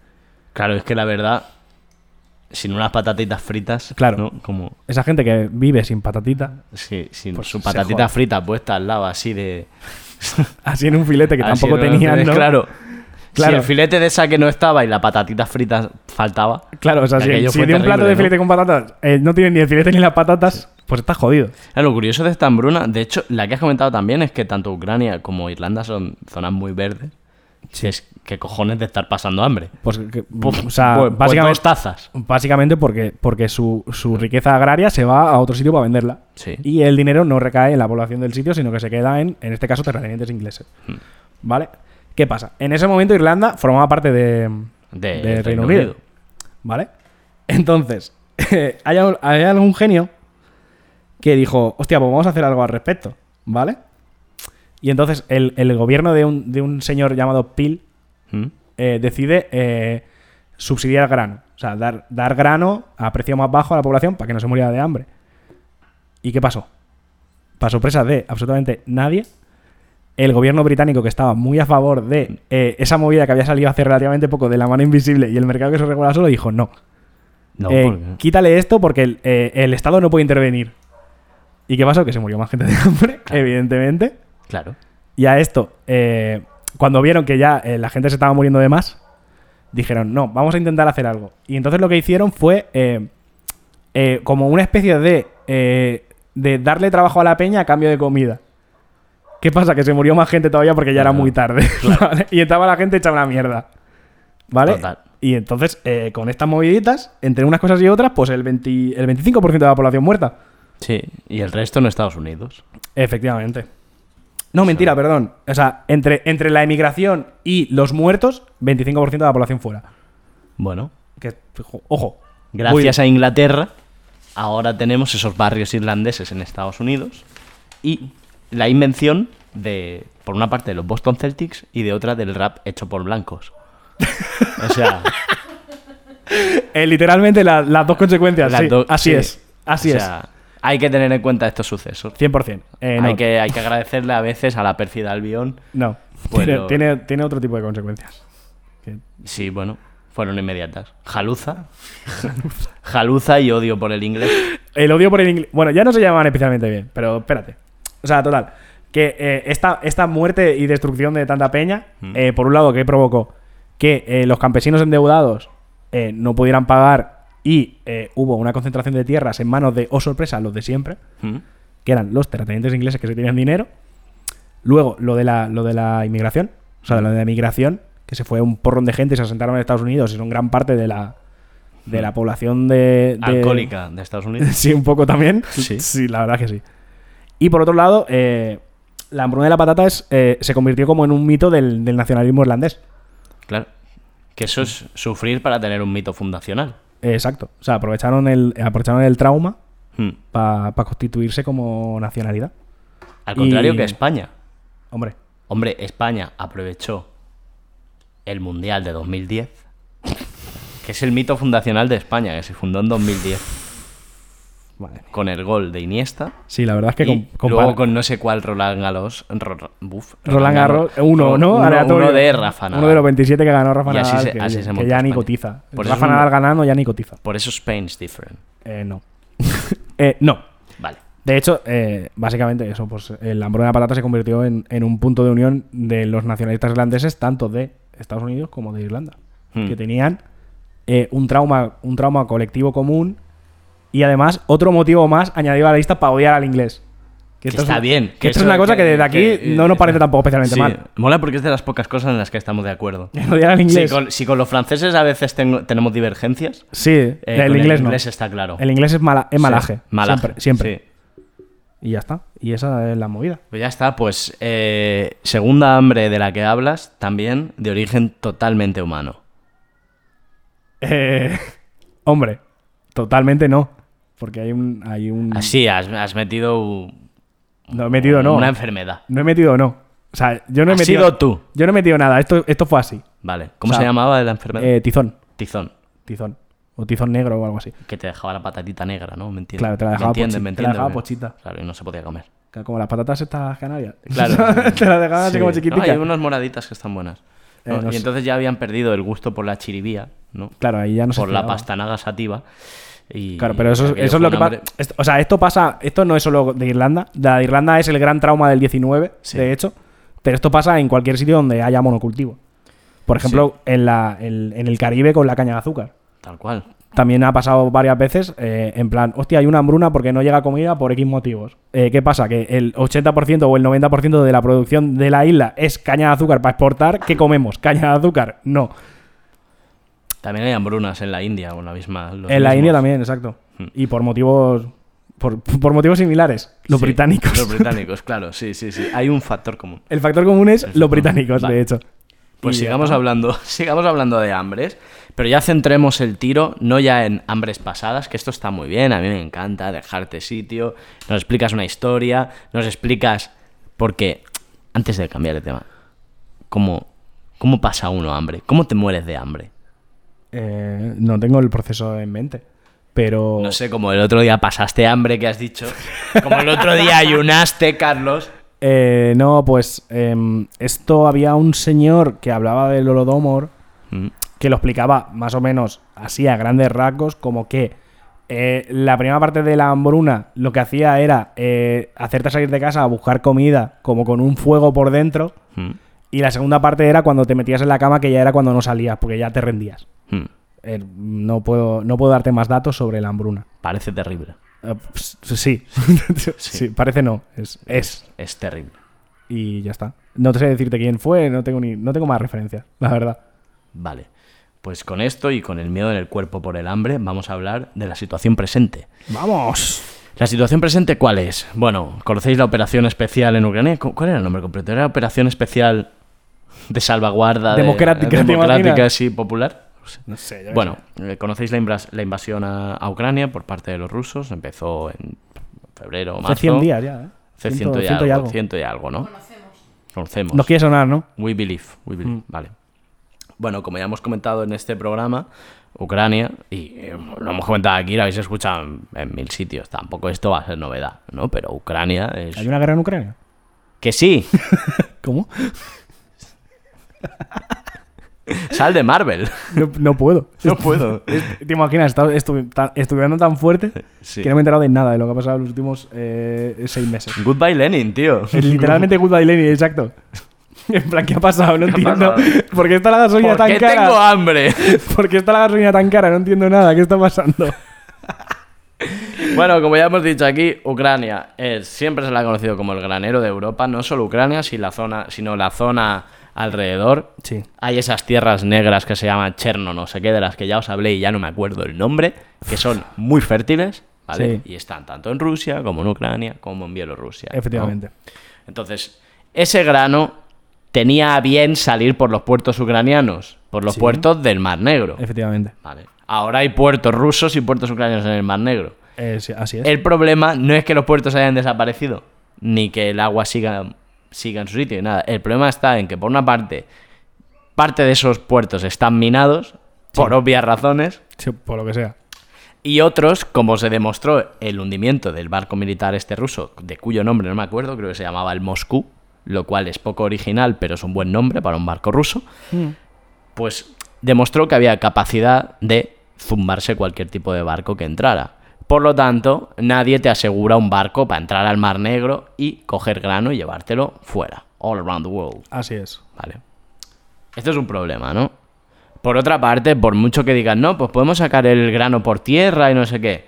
Speaker 2: Claro, es que la verdad, sin unas patatitas fritas,
Speaker 1: Claro.
Speaker 2: ¿no? Como
Speaker 1: Esa gente que vive sin patatita,
Speaker 2: sí, sin
Speaker 1: Pues
Speaker 2: su
Speaker 1: se
Speaker 2: patatita
Speaker 1: jode.
Speaker 2: frita puesta al lado así de
Speaker 1: así en un filete que
Speaker 2: así
Speaker 1: tampoco
Speaker 2: no-
Speaker 1: tenían, ¿no?
Speaker 2: Claro.
Speaker 1: Claro.
Speaker 2: Si el filete de esa que no estaba y la patatita frita faltaba,
Speaker 1: Claro, o sea, si,
Speaker 2: Aquello
Speaker 1: si
Speaker 2: fue
Speaker 1: de un plato de
Speaker 2: terrible, ¿no?
Speaker 1: filete con patatas eh, no tienen ni el filete ni las patatas, pues está jodido.
Speaker 2: Claro, lo curioso de esta hambruna, de hecho, la que has comentado también es que tanto Ucrania como Irlanda son zonas muy verdes. Si es que cojones de estar pasando hambre.
Speaker 1: Pues, que-
Speaker 2: Pues-
Speaker 1: o sea,
Speaker 2: pues- pues
Speaker 1: básicamente,
Speaker 2: dos tazas.
Speaker 1: básicamente porque, porque su, su riqueza agraria se va a otro sitio para venderla.
Speaker 2: Sí.
Speaker 1: Y el dinero no recae en la población del sitio, sino que se queda en, en este caso, terratenientes ingleses.
Speaker 2: Hmm.
Speaker 1: ¿Vale? ¿Qué pasa? En ese momento Irlanda formaba parte de,
Speaker 2: De
Speaker 1: del
Speaker 2: Reino
Speaker 1: Reino Unido.
Speaker 2: Unido.
Speaker 1: ¿Vale? Entonces, <laughs> hay, al- hay algún genio que dijo, hostia, pues vamos a hacer algo al respecto, ¿vale? Y entonces el, el gobierno de un, de un señor llamado Peel
Speaker 2: ¿Mm?
Speaker 1: eh, decide eh, subsidiar grano. O sea, dar, dar grano a precio más bajo a la población para que no se muriera de hambre. ¿Y qué pasó? Para sorpresa de absolutamente nadie, el gobierno británico que estaba muy a favor de eh, esa movida que había salido hace relativamente poco de la mano invisible y el mercado que se regula solo dijo no.
Speaker 2: No,
Speaker 1: Eh,
Speaker 2: porque-
Speaker 1: Quítale esto porque el, eh, el Estado no puede intervenir. ¿Y qué pasó? Que se murió más gente de hambre, evidentemente.
Speaker 2: Claro.
Speaker 1: Y a esto, eh, cuando vieron que ya eh, la gente se estaba muriendo de más, dijeron, no, vamos a intentar hacer algo. Y entonces lo que hicieron fue eh, eh, como una especie de, eh, de darle trabajo a la peña a cambio de comida. ¿Qué pasa? Que se murió más gente todavía porque ya era
Speaker 2: Claro.
Speaker 1: muy tarde. <laughs> ¿vale? Y estaba la gente hecha una mierda. ¿Vale?
Speaker 2: Total.
Speaker 1: Y entonces, eh, con estas moviditas, entre unas cosas y otras, pues el, 20 el 25% de la población muerta.
Speaker 2: Sí. Y el resto en Estados Unidos.
Speaker 1: Efectivamente. No, mentira, perdón. O sea, entre, entre la emigración y los muertos, 25% de la población fuera.
Speaker 2: Bueno,
Speaker 1: Que, jo- ojo.
Speaker 2: gracias a Inglaterra, ahora tenemos esos barrios irlandeses en Estados Unidos y la invención de, por una parte, de los Boston Celtics y de otra del rap hecho por blancos. O
Speaker 1: <laughs>
Speaker 2: sea,
Speaker 1: Eh, literalmente la- las dos consecuencias.
Speaker 2: las
Speaker 1: sí.
Speaker 2: dos-
Speaker 1: así
Speaker 2: sí.
Speaker 1: es. Así
Speaker 2: O sea, Hay que tener en cuenta estos sucesos.
Speaker 1: es. 100%. Eh, no,
Speaker 2: hay, que, hay que agradecerle a veces a la pérfida Albión.
Speaker 1: No.
Speaker 2: Pues
Speaker 1: tiene,
Speaker 2: lo-
Speaker 1: tiene, tiene otro tipo de consecuencias.
Speaker 2: Sí, bueno, fueron inmediatas.
Speaker 1: <laughs>
Speaker 2: Jaluza. Jaluza y odio por el inglés.
Speaker 1: El odio por el inglés. Bueno, ya no se llamaban especialmente bien, pero espérate. O sea, total. Que eh, esta, esta muerte y destrucción de tanta peña, eh, por un lado, que provocó que eh, los campesinos endeudados eh, no pudieran pagar y eh, hubo una concentración de tierras en manos de, oh sorpresa, los de siempre,
Speaker 2: ¿Mm?
Speaker 1: que eran los terratenientes ingleses que se tenían dinero. Luego, lo de la, lo de la inmigración, o sea, lo de la migración, que se fue un porrón de gente y se asentaron en Estados Unidos y son gran parte de la, de la población de, de-
Speaker 2: Alcohólica de Estados Unidos.
Speaker 1: <laughs> Sí, un poco también.
Speaker 2: Sí.
Speaker 1: la verdad es que sí. Y por otro lado, eh, la hambruna de la patata es, eh, se convirtió como en un mito del, del nacionalismo irlandés.
Speaker 2: Claro. Que eso es sufrir para tener un mito fundacional.
Speaker 1: Eh, exacto. O sea, aprovecharon el, aprovecharon el trauma
Speaker 2: Hmm.
Speaker 1: para constituirse como nacionalidad.
Speaker 2: Al
Speaker 1: Y-
Speaker 2: contrario que España.
Speaker 1: Hombre,
Speaker 2: Hombre, España aprovechó el Mundial de 2010, que es el mito fundacional de España, que se fundó en 2010
Speaker 1: madre mía.
Speaker 2: con el gol de Iniesta.
Speaker 1: Sí, la verdad es que
Speaker 2: y
Speaker 1: con,
Speaker 2: luego con no sé cuál Roland Garros. Ro- buf,
Speaker 1: Roland Garros,
Speaker 2: Garros-
Speaker 1: uno, ¿no?
Speaker 2: Uno,
Speaker 1: Aleatorio.
Speaker 2: uno de Rafa Nadal.
Speaker 1: Uno de los 27 que ganó Rafa
Speaker 2: Y así
Speaker 1: Nadal,
Speaker 2: se-
Speaker 1: que,
Speaker 2: así se
Speaker 1: que
Speaker 2: monta
Speaker 1: ya ni
Speaker 2: España.
Speaker 1: cotiza.
Speaker 2: Por eso
Speaker 1: Rafa
Speaker 2: es un-
Speaker 1: Nadal ganando ya ni cotiza.
Speaker 2: Por eso Spain's different.
Speaker 1: Eh, no. <laughs> Eh, no.
Speaker 2: Vale.
Speaker 1: De hecho, eh, básicamente eso, pues el hambrón de la patata se convirtió en, en un punto de unión de los nacionalistas irlandeses, tanto de Estados Unidos como de Irlanda,
Speaker 2: Hmm.
Speaker 1: que tenían eh, un, trauma, un trauma colectivo común y además otro motivo más añadido a la lista para odiar al inglés.
Speaker 2: Que está
Speaker 1: es,
Speaker 2: bien.
Speaker 1: Que, esto es
Speaker 2: eso-
Speaker 1: una cosa que, desde aquí
Speaker 2: que- eh,
Speaker 1: no nos parece tampoco especialmente
Speaker 2: Sí,
Speaker 1: mal. <laughs>
Speaker 2: Mola porque es de las pocas cosas en las que estamos de acuerdo.
Speaker 1: Odiar al
Speaker 2: Si
Speaker 1: inglés.
Speaker 2: con, si con los franceses a veces tengo- tenemos divergencias,
Speaker 1: Sí,
Speaker 2: eh,
Speaker 1: el
Speaker 2: con
Speaker 1: inglés
Speaker 2: el
Speaker 1: no.
Speaker 2: inglés está claro.
Speaker 1: El inglés es, mala, es
Speaker 2: Sí,
Speaker 1: malaje.
Speaker 2: malaje,
Speaker 1: Siempre. siempre.
Speaker 2: sí.
Speaker 1: Y ya está. Y esa es la movida.
Speaker 2: Pues ya está, pues eh, segunda hambre de la que hablas, también de origen totalmente humano.
Speaker 1: Eh, <laughs> hombre, totalmente no. Porque hay un. Hay un
Speaker 2: Así, Ah, has, has metido u-
Speaker 1: No he metido Mm. no.
Speaker 2: una enfermedad.
Speaker 1: No he metido no. O sea, yo no he
Speaker 2: Has
Speaker 1: metido.
Speaker 2: sido tú.
Speaker 1: Yo no he metido nada. Esto, esto fue así.
Speaker 2: Vale, ¿cómo
Speaker 1: O sea,
Speaker 2: se llamaba la enfermedad?
Speaker 1: Eh, tizón.
Speaker 2: Tizón,
Speaker 1: Tizón. O tizón negro o algo así.
Speaker 2: que te dejaba la patatita negra, ¿no? ¿Me entiendes?
Speaker 1: Claro, te la
Speaker 2: ¿Me
Speaker 1: dejaba
Speaker 2: entiendes?
Speaker 1: pochi-
Speaker 2: ¿Me
Speaker 1: te la dejaba
Speaker 2: entiendes?
Speaker 1: pochita.
Speaker 2: Claro, y no se podía comer.
Speaker 1: Que Como las patatas estas canarias.
Speaker 2: Claro.
Speaker 1: <laughs> Te las dejaban así
Speaker 2: Sí.
Speaker 1: Ah, como
Speaker 2: No, hay
Speaker 1: chiquiticas.
Speaker 2: unas moraditas que están buenas.
Speaker 1: Eh,
Speaker 2: No,
Speaker 1: no
Speaker 2: y
Speaker 1: sé.
Speaker 2: entonces ya habían perdido el gusto por la chiribía, ¿no?
Speaker 1: Claro, ahí ya no se
Speaker 2: por la
Speaker 1: esperaba.
Speaker 2: pastanaga sativa. Y
Speaker 1: Claro, pero eso, es-
Speaker 2: aquello
Speaker 1: eso
Speaker 2: fue
Speaker 1: es lo
Speaker 2: un
Speaker 1: que pasa.
Speaker 2: hambre-
Speaker 1: esto- O sea, esto pasa. Esto no es solo de Irlanda. La de Irlanda es el gran trauma del 19,
Speaker 2: Sí.
Speaker 1: de hecho. Pero esto pasa en cualquier sitio donde haya monocultivo. Por ejemplo, en, la, en, en el Caribe con la caña de azúcar.
Speaker 2: Tal cual.
Speaker 1: También ha pasado varias veces eh, en plan, hostia, hay una hambruna porque no llega comida por X motivos. Eh, ¿Qué pasa? Que el 80% o el 90% de la producción de la isla es caña de azúcar para exportar. ¿Qué comemos? ¿Caña de azúcar? No.
Speaker 2: También hay hambrunas en la India, con la misma. los
Speaker 1: en la
Speaker 2: mismos.
Speaker 1: India también, exacto.
Speaker 2: Hmm.
Speaker 1: Y por motivos por, por motivos similares, los
Speaker 2: Sí,
Speaker 1: británicos.
Speaker 2: Los británicos, claro, sí, sí, sí. Hay un factor común.
Speaker 1: <laughs> El factor común es
Speaker 2: factor
Speaker 1: los
Speaker 2: común,
Speaker 1: británicos,
Speaker 2: vale.
Speaker 1: de hecho.
Speaker 2: Pues
Speaker 1: Y ya
Speaker 2: sigamos
Speaker 1: está.
Speaker 2: hablando, <laughs> sigamos hablando de hambres, pero ya centremos el tiro, no ya en hambres pasadas, que esto está muy bien, a mí me encanta dejarte sitio, nos explicas una historia, nos explicas porque antes de cambiar de tema, ¿cómo, cómo pasa uno hambre? ¿Cómo te mueres de hambre?
Speaker 1: Eh, no tengo el proceso en mente. Pero.
Speaker 2: No sé, como el otro día pasaste hambre que has dicho, como el otro día ayunaste, Carlos. <laughs>
Speaker 1: Eh, no, pues. em, esto había un señor que hablaba del Holodomor
Speaker 2: Mm,
Speaker 1: que lo explicaba más o menos así a grandes rasgos, como que eh, la primera parte de la hambruna lo que hacía era eh, hacerte salir de casa a buscar comida, como con un fuego por dentro.
Speaker 2: mm,
Speaker 1: Y la segunda parte era cuando te metías en la cama, que ya era cuando no salías, porque ya te rendías.
Speaker 2: mm.
Speaker 1: Eh, no, puedo, no puedo darte más datos sobre la hambruna.
Speaker 2: Parece terrible,
Speaker 1: Eh, pues, sí. <laughs> sí, parece no. Es, es.
Speaker 2: es terrible.
Speaker 1: Y ya está. No te sé decirte quién fue, no tengo, ni, no tengo más referencias, la verdad.
Speaker 2: Vale. Pues con esto y con el miedo en el cuerpo por el hambre, vamos a hablar de la situación presente.
Speaker 1: ¡Vamos!
Speaker 2: ¿La situación presente cuál es? Bueno, conocéis la operación especial en Ucrania. ¿Cu- ¿Cuál era el nombre completo? ¿Era operación especial de salvaguarda de-
Speaker 1: Democrática, ¿te
Speaker 2: democrática
Speaker 1: imaginas? Pues
Speaker 2: sí, popular? No sé.
Speaker 1: No sé, yo
Speaker 2: Bueno, eh, conocéis la, invas- la invasión a, a Ucrania por parte de los rusos. Empezó en febrero o marzo.
Speaker 1: Hace 100 días ya, ¿eh?
Speaker 2: Hace 100
Speaker 1: 100
Speaker 2: y,
Speaker 1: 100
Speaker 2: algo, 100 y algo, ¿no? Conocemos.
Speaker 1: Nos quiere sonar, ¿no?
Speaker 2: We believe, we believe,
Speaker 1: Mm.
Speaker 2: vale. Bueno, como ya hemos comentado en este programa, Ucrania, y eh, lo hemos comentado aquí, lo habéis escuchado en, en mil sitios, tampoco esto va a ser novedad, ¿no? Pero Ucrania es...
Speaker 1: ¿Hay una guerra en Ucrania?
Speaker 2: ¡Que sí!
Speaker 1: ¿Cómo? <laughs>
Speaker 2: ¡Sal de
Speaker 1: <laughs>
Speaker 2: Marvel!
Speaker 1: No, no puedo.
Speaker 2: No puedo.
Speaker 1: Es- <laughs> ¿Te imaginas? Estaba estu- ta- estudiando tan fuerte
Speaker 2: Sí.
Speaker 1: que no me he enterado de nada de lo que ha pasado en los últimos eh, seis meses.
Speaker 2: Goodbye Lenin, tío.
Speaker 1: Es Literalmente Goodbye Lenny, exacto. <laughs> En plan, ¿qué ha pasado? No
Speaker 2: ¿Qué ha
Speaker 1: entiendo.
Speaker 2: pasado?
Speaker 1: ¿Por qué está la gasolina
Speaker 2: ¿Por
Speaker 1: tan
Speaker 2: qué
Speaker 1: cara?
Speaker 2: tengo hambre? <laughs>
Speaker 1: ¿Por qué está la gasolina tan cara? No entiendo nada. ¿Qué está pasando?
Speaker 2: Bueno, como ya hemos dicho aquí, Ucrania es- siempre se la ha conocido como el granero de Europa, no solo Ucrania, si la zona, sino la zona alrededor.
Speaker 1: Sí.
Speaker 2: Hay esas tierras negras que se llaman Cherno, no sé qué, de las que ya os hablé y ya no me acuerdo el nombre, que son muy fértiles, ¿vale?
Speaker 1: Sí.
Speaker 2: Y están tanto en Rusia como en Ucrania como en Bielorrusia. ¿no?
Speaker 1: Efectivamente.
Speaker 2: Entonces, ese grano tenía a bien salir por los puertos ucranianos, por los
Speaker 1: Sí.
Speaker 2: puertos del Mar Negro.
Speaker 1: Efectivamente.
Speaker 2: Vale. Ahora hay puertos rusos y puertos ucranianos en el Mar Negro.
Speaker 1: Eh, sí, así es.
Speaker 2: El problema no es que los puertos hayan desaparecido, ni que el agua siga, siga en su sitio, y nada. El problema está en que, por una parte, parte de esos puertos están minados, por obvias razones,
Speaker 1: Sí, por lo que sea.
Speaker 2: y otros, como se demostró el hundimiento del barco militar este ruso, de cuyo nombre no me acuerdo, creo que se llamaba el Moscú, lo cual es poco original, pero es un buen nombre para un barco ruso, pues demostró que había capacidad de zumbarse cualquier tipo de barco que entrara. Por lo tanto, nadie te asegura un barco para entrar al Mar Negro y coger grano y llevártelo fuera, all around the world.
Speaker 1: Así es.
Speaker 2: Vale. Esto es un problema, ¿no? Por otra parte, por mucho que digan, no, pues podemos sacar el grano por tierra y no sé qué.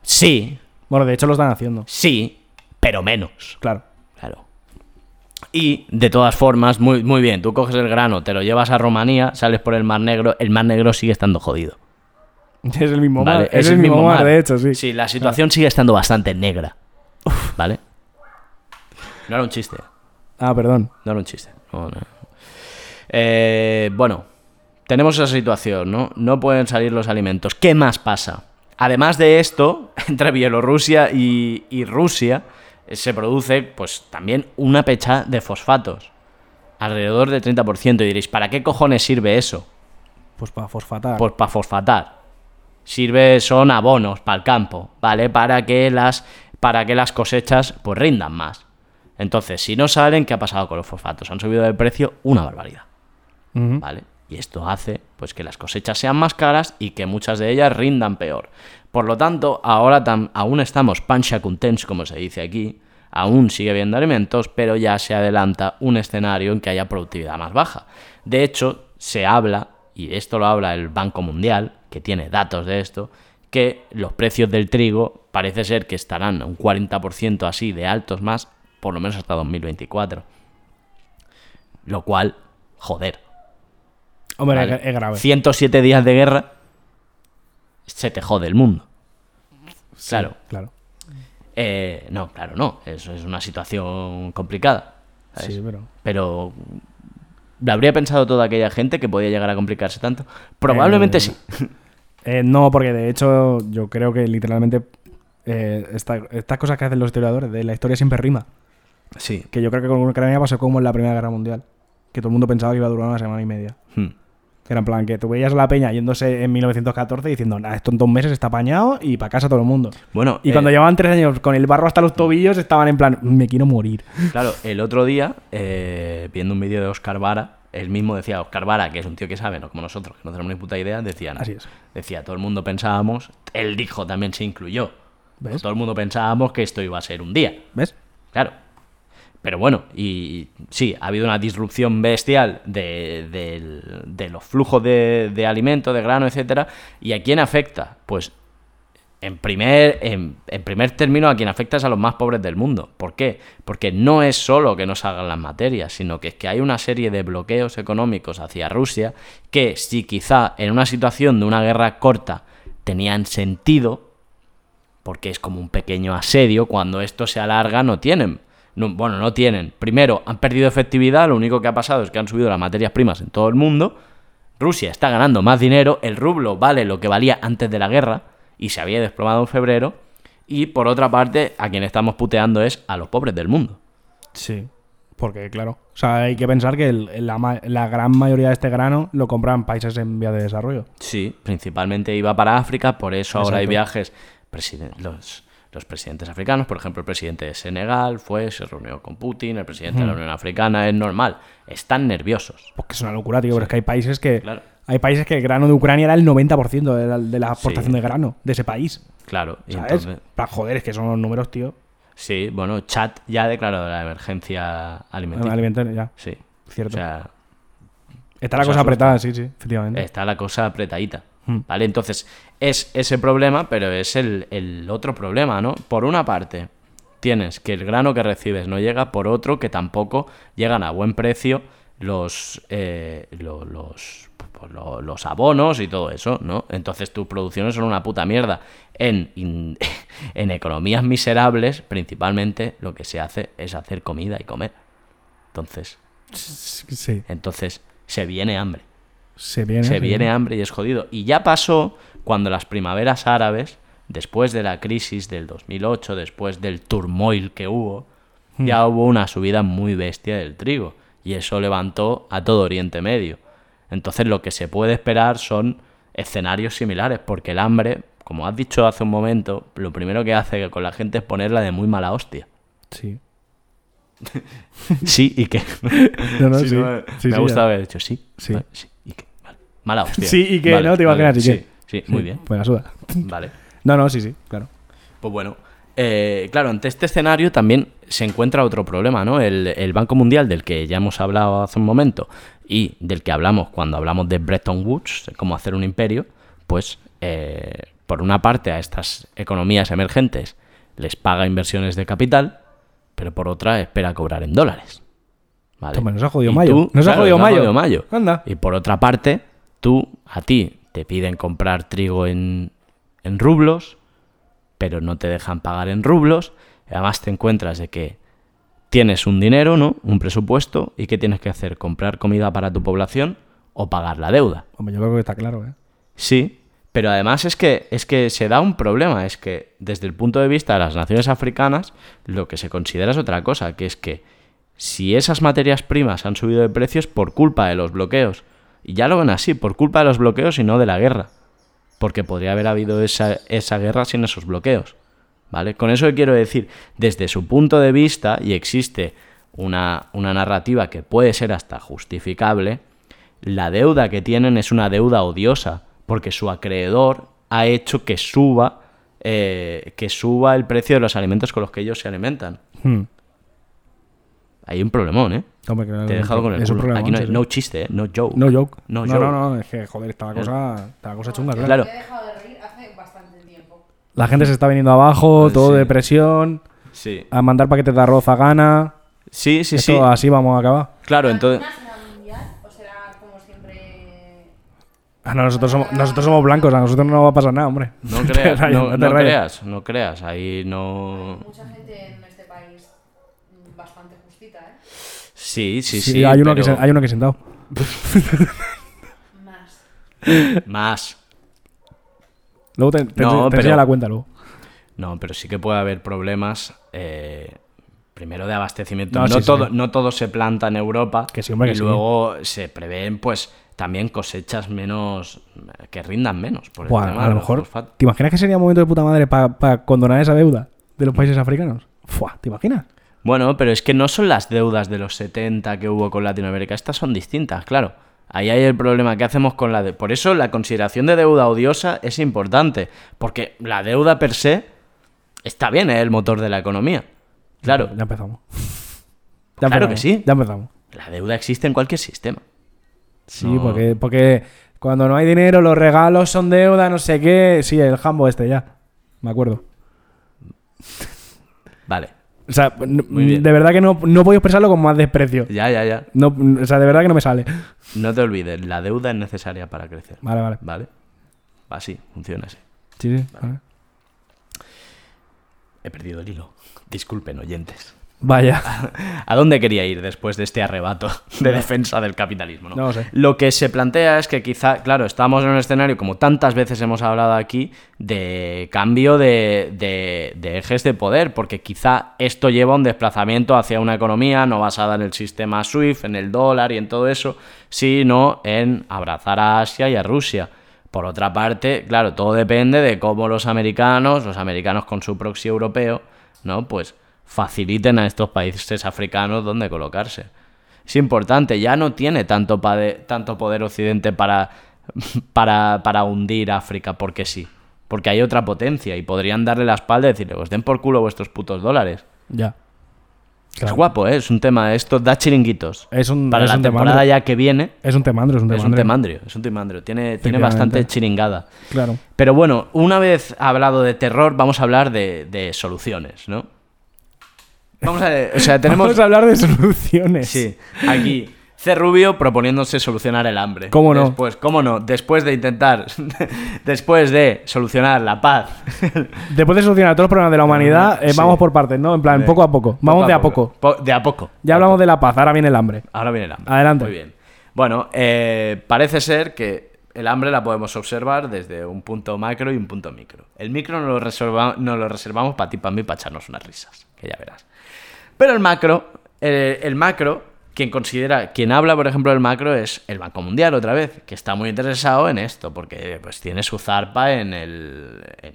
Speaker 2: Sí,
Speaker 1: Bueno, de hecho lo están haciendo.
Speaker 2: sí, pero menos.
Speaker 1: Claro. <laughs>
Speaker 2: Claro. Y, de todas formas, muy, muy bien, tú coges el grano, te lo llevas a Rumanía, sales por el Mar Negro, el Mar Negro sigue estando jodido.
Speaker 1: Es el mismo
Speaker 2: ¿vale?
Speaker 1: mar. Es, el mismo mar, de hecho, sí.
Speaker 2: Sí, la situación sigue estando bastante negra. ¿Vale? No era un chiste.
Speaker 1: Ah, perdón.
Speaker 2: No era un chiste. No, no. Eh, bueno, tenemos esa situación, ¿no? No pueden salir los alimentos. ¿Qué más pasa? Además de esto, <laughs> entre Bielorrusia y, y Rusia eh, se produce pues también una pecha de fosfatos. Alrededor del 30%. Y diréis, ¿para qué cojones sirve eso?
Speaker 1: Pues para fosfatar.
Speaker 2: Pues para fosfatar. Sirve, son abonos para el campo, ¿vale? Para que las, para que las cosechas pues rindan más. Entonces, si no salen, ¿qué ha pasado con los fosfatos? Han subido de precio una barbaridad,
Speaker 1: Ujú.
Speaker 2: ¿vale? Y esto hace pues que las cosechas sean más caras y que muchas de ellas rindan peor. Por lo tanto, ahora tam- aún estamos pancha contents, como se dice aquí, aún sigue habiendo alimentos, pero ya se adelanta un escenario en que haya productividad más baja. De hecho, se habla, y esto lo habla el Banco Mundial, que tiene datos de esto, que los precios del trigo parece ser que estarán un 40% así de altos más, por lo menos hasta 2024. Lo cual, joder,
Speaker 1: Hombre,
Speaker 2: Vale.
Speaker 1: es- es grave.
Speaker 2: 107 días de guerra, se te jode el mundo. Claro.
Speaker 1: Claro.
Speaker 2: Eh, no, claro, no. Eso es una situación complicada. ¿sabes?
Speaker 1: Sí, pero.
Speaker 2: Pero. ¿La habría pensado toda aquella gente que podía llegar a complicarse tanto? Probablemente
Speaker 1: Eh,
Speaker 2: sí.
Speaker 1: Eh, no, porque de hecho yo creo que literalmente eh, esta- estas cosas que hacen los historiadores de la historia siempre rima.
Speaker 2: Sí.
Speaker 1: Que yo creo que con Ucrania pasó como en la Primera Guerra Mundial. Que todo el mundo pensaba que iba a durar una semana y media.
Speaker 2: Hmm.
Speaker 1: Que era en plan que tú veías a la peña yéndose en 1914 diciendo, nada, esto en dos meses está apañado y para casa todo el mundo.
Speaker 2: Bueno,
Speaker 1: Y
Speaker 2: eh,
Speaker 1: cuando llevaban tres años con el barro hasta los tobillos estaban en plan, me quiero morir.
Speaker 2: Claro, el otro día, eh, viendo un vídeo de Oscar Vara, él mismo decía, Oscar Vara, que es un tío que sabe, no como nosotros, que no tenemos ni puta idea, decía,
Speaker 1: Así es.
Speaker 2: decía, todo el mundo pensábamos, él dijo, también se incluyó,
Speaker 1: ¿Ves?
Speaker 2: todo el mundo pensábamos que esto iba a ser un día,
Speaker 1: ¿Ves?
Speaker 2: claro. Pero bueno, y sí, ha habido una disrupción bestial de, del- de los flujos de, de alimento, de grano, etcétera. ¿Y a quién afecta? Pues en primer, en, en primer término, a quien afecta es a los más pobres del mundo. ¿Por qué? Porque no es solo que no salgan las materias, sino que es que hay una serie de bloqueos económicos hacia Rusia que si quizá en una situación de una guerra corta tenían sentido, porque es como un pequeño asedio, cuando esto se alarga no tienen. No- bueno, no tienen. Primero, han perdido efectividad, lo único que ha pasado es que han subido las materias primas en todo el mundo. Rusia está ganando más dinero, el rublo vale lo que valía antes de la guerra y se había desplomado en febrero. Y por otra parte, a quien estamos puteando es a los pobres del mundo.
Speaker 1: Sí. Porque, claro, o sea, hay que pensar que el- la, ma- la gran mayoría de este grano lo compran países en vía de desarrollo.
Speaker 2: Sí, principalmente iba para África, por eso ahora hay
Speaker 1: Exacto.
Speaker 2: viajes. Presiden- los, los presidentes africanos, por ejemplo, el presidente de Senegal fue, se reunió con Putin, el presidente de la Unión Africana, es normal. Están nerviosos.
Speaker 1: Pues que es una locura, tío, pero es que hay países que.
Speaker 2: Claro.
Speaker 1: Hay países que el grano de Ucrania era el 90% de la, de la exportación
Speaker 2: Sí.
Speaker 1: de grano de ese país.
Speaker 2: Claro, y
Speaker 1: ¿Sabes?
Speaker 2: entonces-
Speaker 1: Para joder, es que son los números, tío.
Speaker 2: sí, bueno, Chat ya ha declarado la emergencia alimentaria.
Speaker 1: Alimentaria, ya.
Speaker 2: sí,
Speaker 1: Cierto.
Speaker 2: o sea,
Speaker 1: Está la
Speaker 2: eso asusta.
Speaker 1: cosa apretada, sí, sí, efectivamente.
Speaker 2: está la cosa apretadita. ¿Vale? Entonces, es ese problema, pero es el, el otro problema, ¿no? Por una parte, tienes que el grano que recibes no llega, por otro, que tampoco llegan a buen precio los, eh, lo- los, pues, lo- los abonos y todo eso, ¿no? Entonces tus producciones son una puta mierda. En, in- <laughs> en economías miserables, principalmente, lo que se hace es hacer comida y comer. Entonces,
Speaker 1: Sí.
Speaker 2: entonces se viene hambre.
Speaker 1: Se viene.
Speaker 2: Se viene hambre y es jodido. Y ya pasó cuando las primaveras árabes, después de la crisis del 2008, después del turmoil que hubo,
Speaker 1: Hmm.
Speaker 2: ya hubo una subida muy bestia del trigo. Y eso levantó a todo Oriente Medio. Entonces lo que se puede esperar son escenarios similares, porque el hambre, como has dicho hace un momento, lo primero que hace con la gente es ponerla de muy mala
Speaker 1: <laughs>
Speaker 2: hostia.
Speaker 1: Sí.
Speaker 2: Sí, ¿y qué?
Speaker 1: No,
Speaker 2: <laughs>
Speaker 1: no,
Speaker 2: Sí,
Speaker 1: sí.
Speaker 2: no, me
Speaker 1: Sí,
Speaker 2: me
Speaker 1: sí,
Speaker 2: gusta
Speaker 1: ya.
Speaker 2: haber dicho sí.
Speaker 1: Sí.
Speaker 2: vale, sí, ¿y qué? Vale.
Speaker 1: <laughs>
Speaker 2: Mala hostia.
Speaker 1: Sí, ¿y qué?
Speaker 2: Vale,
Speaker 1: No te imaginas,
Speaker 2: vale,
Speaker 1: ¿y qué?
Speaker 2: Sí, sí, muy bien.
Speaker 1: Pues la suda.
Speaker 2: Vale.
Speaker 1: No, no, sí, sí, claro.
Speaker 2: Pues bueno, eh, claro, ante este escenario también se encuentra otro problema, ¿no? El, el Banco Mundial, del que ya hemos hablado hace un momento, y del que hablamos cuando hablamos de Bretton Woods, de cómo hacer un imperio, pues eh, por una parte a estas economías emergentes les paga inversiones de capital, pero por otra espera cobrar en dólares. ¿vale?
Speaker 1: Toma, nos ha jodido
Speaker 2: Y
Speaker 1: mayo.
Speaker 2: tú-
Speaker 1: Nos ha jodido
Speaker 2: nos
Speaker 1: mayo.
Speaker 2: mayo.
Speaker 1: Anda.
Speaker 2: Y por otra parte, tú, a ti, te piden comprar trigo en, en rublos, pero no te dejan pagar en rublos. Además te encuentras de que tienes un dinero, ¿no? Un presupuesto. ¿Y qué tienes que hacer? ¿Comprar comida para tu población o pagar la deuda?
Speaker 1: Hombre, yo creo que está claro, ¿eh?
Speaker 2: Sí, pero además es que, es que se da un problema, es que desde el punto de vista de las naciones africanas, lo que se considera es otra cosa, que es que si esas materias primas han subido de precios por culpa de los bloqueos, y ya lo ven así, por culpa de los bloqueos y no de la guerra, porque podría haber habido esa, esa guerra sin esos bloqueos. ¿Vale? Con eso que quiero decir, desde su punto de vista, y existe una, una narrativa que puede ser hasta justificable, la deuda que tienen es una deuda odiosa, porque su acreedor ha hecho que suba, eh, que suba el precio de los alimentos con los que ellos se alimentan.
Speaker 1: Hmm.
Speaker 2: Hay un problemón, ¿eh?
Speaker 1: Hombre, que no-
Speaker 2: Te he dejado con el
Speaker 1: es un
Speaker 2: culo.
Speaker 1: problema,
Speaker 2: Aquí no, hay-
Speaker 1: sí, sí.
Speaker 2: no chiste, ¿eh? No joke.
Speaker 1: No joke.
Speaker 2: No,
Speaker 1: no,
Speaker 2: joke.
Speaker 1: no, no, es que joder, está la cosa, está la cosa chunga, claro.
Speaker 2: Claro.
Speaker 3: He dejado de reír hace bastante tiempo.
Speaker 1: La gente se está viniendo abajo, todo
Speaker 2: Pues sí.
Speaker 1: depresión,
Speaker 2: Sí,
Speaker 1: a mandar paquetes de arroz a gana.
Speaker 2: sí, sí.
Speaker 1: Esto
Speaker 2: sí.
Speaker 1: así vamos a acabar.
Speaker 2: Claro, entonces...
Speaker 3: ¿Una será mundial o será como siempre
Speaker 1: Ah, no, nosotros somos, nosotros somos blancos, a nosotros no nos va a pasar nada, hombre.
Speaker 2: No
Speaker 1: <laughs> te
Speaker 2: creas,
Speaker 1: rayes,
Speaker 2: no,
Speaker 1: te
Speaker 2: no
Speaker 1: rayes.
Speaker 2: creas, no creas. Ahí no...
Speaker 3: mucha gente en este país mm, bastante justita, ¿eh?
Speaker 2: Sí, sí, sí.
Speaker 1: Sí, hay, uno que
Speaker 2: pero
Speaker 1: se- hay uno que es sentado.
Speaker 3: Más.
Speaker 2: Más.
Speaker 1: Luego te, te,
Speaker 2: No,
Speaker 1: ense- te
Speaker 2: pero-
Speaker 1: enseña la cuenta luego.
Speaker 2: No, pero sí que puede haber problemas. eh, primero de abastecimiento.
Speaker 1: No,
Speaker 2: No,
Speaker 1: sí, sí.
Speaker 2: todo, no todo se planta en Europa.
Speaker 1: Que sí, hombre,
Speaker 2: y
Speaker 1: que sí.
Speaker 2: luego se prevén, pues, también cosechas menos. eh, que rindan menos. Por el
Speaker 1: Buah,
Speaker 2: tema
Speaker 1: a
Speaker 2: de
Speaker 1: lo
Speaker 2: los
Speaker 1: mejor.
Speaker 2: fosfatos.
Speaker 1: ¿Te imaginas que sería un momento de puta madre para condonar esa deuda de los países africanos? Fua, ¿te imaginas?
Speaker 2: Bueno, pero es que no son las deudas de los 70 que hubo con Latinoamérica. Estas son distintas, claro. Ahí hay el problema que hacemos con la de. Por eso la consideración de deuda odiosa es importante. Porque la deuda per se está bien, es el motor de la economía. Claro,
Speaker 1: Ya empezamos.
Speaker 2: Claro
Speaker 1: empezamos,
Speaker 2: que sí.
Speaker 1: Ya empezamos.
Speaker 2: la deuda existe en cualquier sistema.
Speaker 1: Sí,
Speaker 2: No.
Speaker 1: porque, porque cuando no hay dinero, los regalos son deuda, no sé qué. Sí, el jambo este ya. Me acuerdo.
Speaker 2: Vale.
Speaker 1: O sea, n-
Speaker 2: Muy bien.
Speaker 1: de verdad que no, no puedo expresarlo con más desprecio.
Speaker 2: Ya, ya, ya.
Speaker 1: No, o sea, de verdad que no me sale.
Speaker 2: No te olvides, la deuda es necesaria para crecer.
Speaker 1: Vale, vale.
Speaker 2: ¿Vale? Así, funciona así.
Speaker 1: Sí, sí. vale.
Speaker 2: He perdido el hilo. Disculpen, oyentes. <laughs>
Speaker 1: Vaya.
Speaker 2: ¿A dónde quería ir después de este arrebato de defensa del capitalismo? ¿no?
Speaker 1: No lo sé.
Speaker 2: que se plantea es que quizá, claro, estamos en un escenario, como tantas veces hemos hablado aquí, de cambio de, de- de ejes de poder, porque quizá esto lleva a un desplazamiento hacia una economía no basada en el sistema SWIFT, en el dólar y en todo eso, sino en abrazar a Asia y a Rusia. Por otra parte, claro, todo depende de cómo los americanos, los americanos con su proxy europeo, ¿no? Pues faciliten a estos países africanos donde colocarse. Es importante, ya no tiene tanto, pade- tanto poder Occidente para, <laughs> para, para hundir África, porque sí. Porque hay otra potencia y podrían darle la espalda y decirle, os den por culo vuestros putos dólares.
Speaker 1: Ya.
Speaker 2: Es
Speaker 1: Claro.
Speaker 2: guapo, ¿eh? es un tema, esto da chiringuitos.
Speaker 1: Es un-
Speaker 2: para
Speaker 1: es
Speaker 2: la
Speaker 1: un tema,
Speaker 2: temporada
Speaker 1: Andrew.
Speaker 2: ya que viene,
Speaker 1: Es un temandro, es un
Speaker 2: es un
Speaker 1: temandro.
Speaker 2: temandrio, es un temandrio, tiene, tiene
Speaker 1: Efectivamente.
Speaker 2: bastante chiringada.
Speaker 1: Claro.
Speaker 2: Pero bueno, una vez hablado de terror, vamos a hablar de, de soluciones, ¿no? Vamos a, o sea, tenemos...
Speaker 1: <laughs> Vamos a hablar de soluciones.
Speaker 2: Sí, aquí C. Rubio proponiéndose solucionar el hambre.
Speaker 1: ¿Cómo no?
Speaker 2: Después, ¿cómo no? Después de intentar. <laughs> después de solucionar la paz.
Speaker 1: Después de solucionar todos los problemas de la humanidad, eh,
Speaker 2: Sí.
Speaker 1: vamos por partes, ¿no? En plan,
Speaker 2: Eh,
Speaker 1: poco a poco. Vamos de a poco.
Speaker 2: Po- de a poco.
Speaker 1: Ya hablamos de la paz, ahora viene el hambre.
Speaker 2: Ahora viene el hambre.
Speaker 1: Adelante.
Speaker 2: Muy bien. Bueno, eh, parece ser que el hambre la podemos observar desde un punto macro y un punto micro. El micro nos lo, reserva- nos lo reservamos para ti, para mí, para echarnos unas risas, que ya verás. Pero el macro, eh, el macro, quien considera, quien habla, por ejemplo, del macro es el Banco Mundial otra vez, que está muy interesado en esto, porque pues tiene su zarpa en, el, en,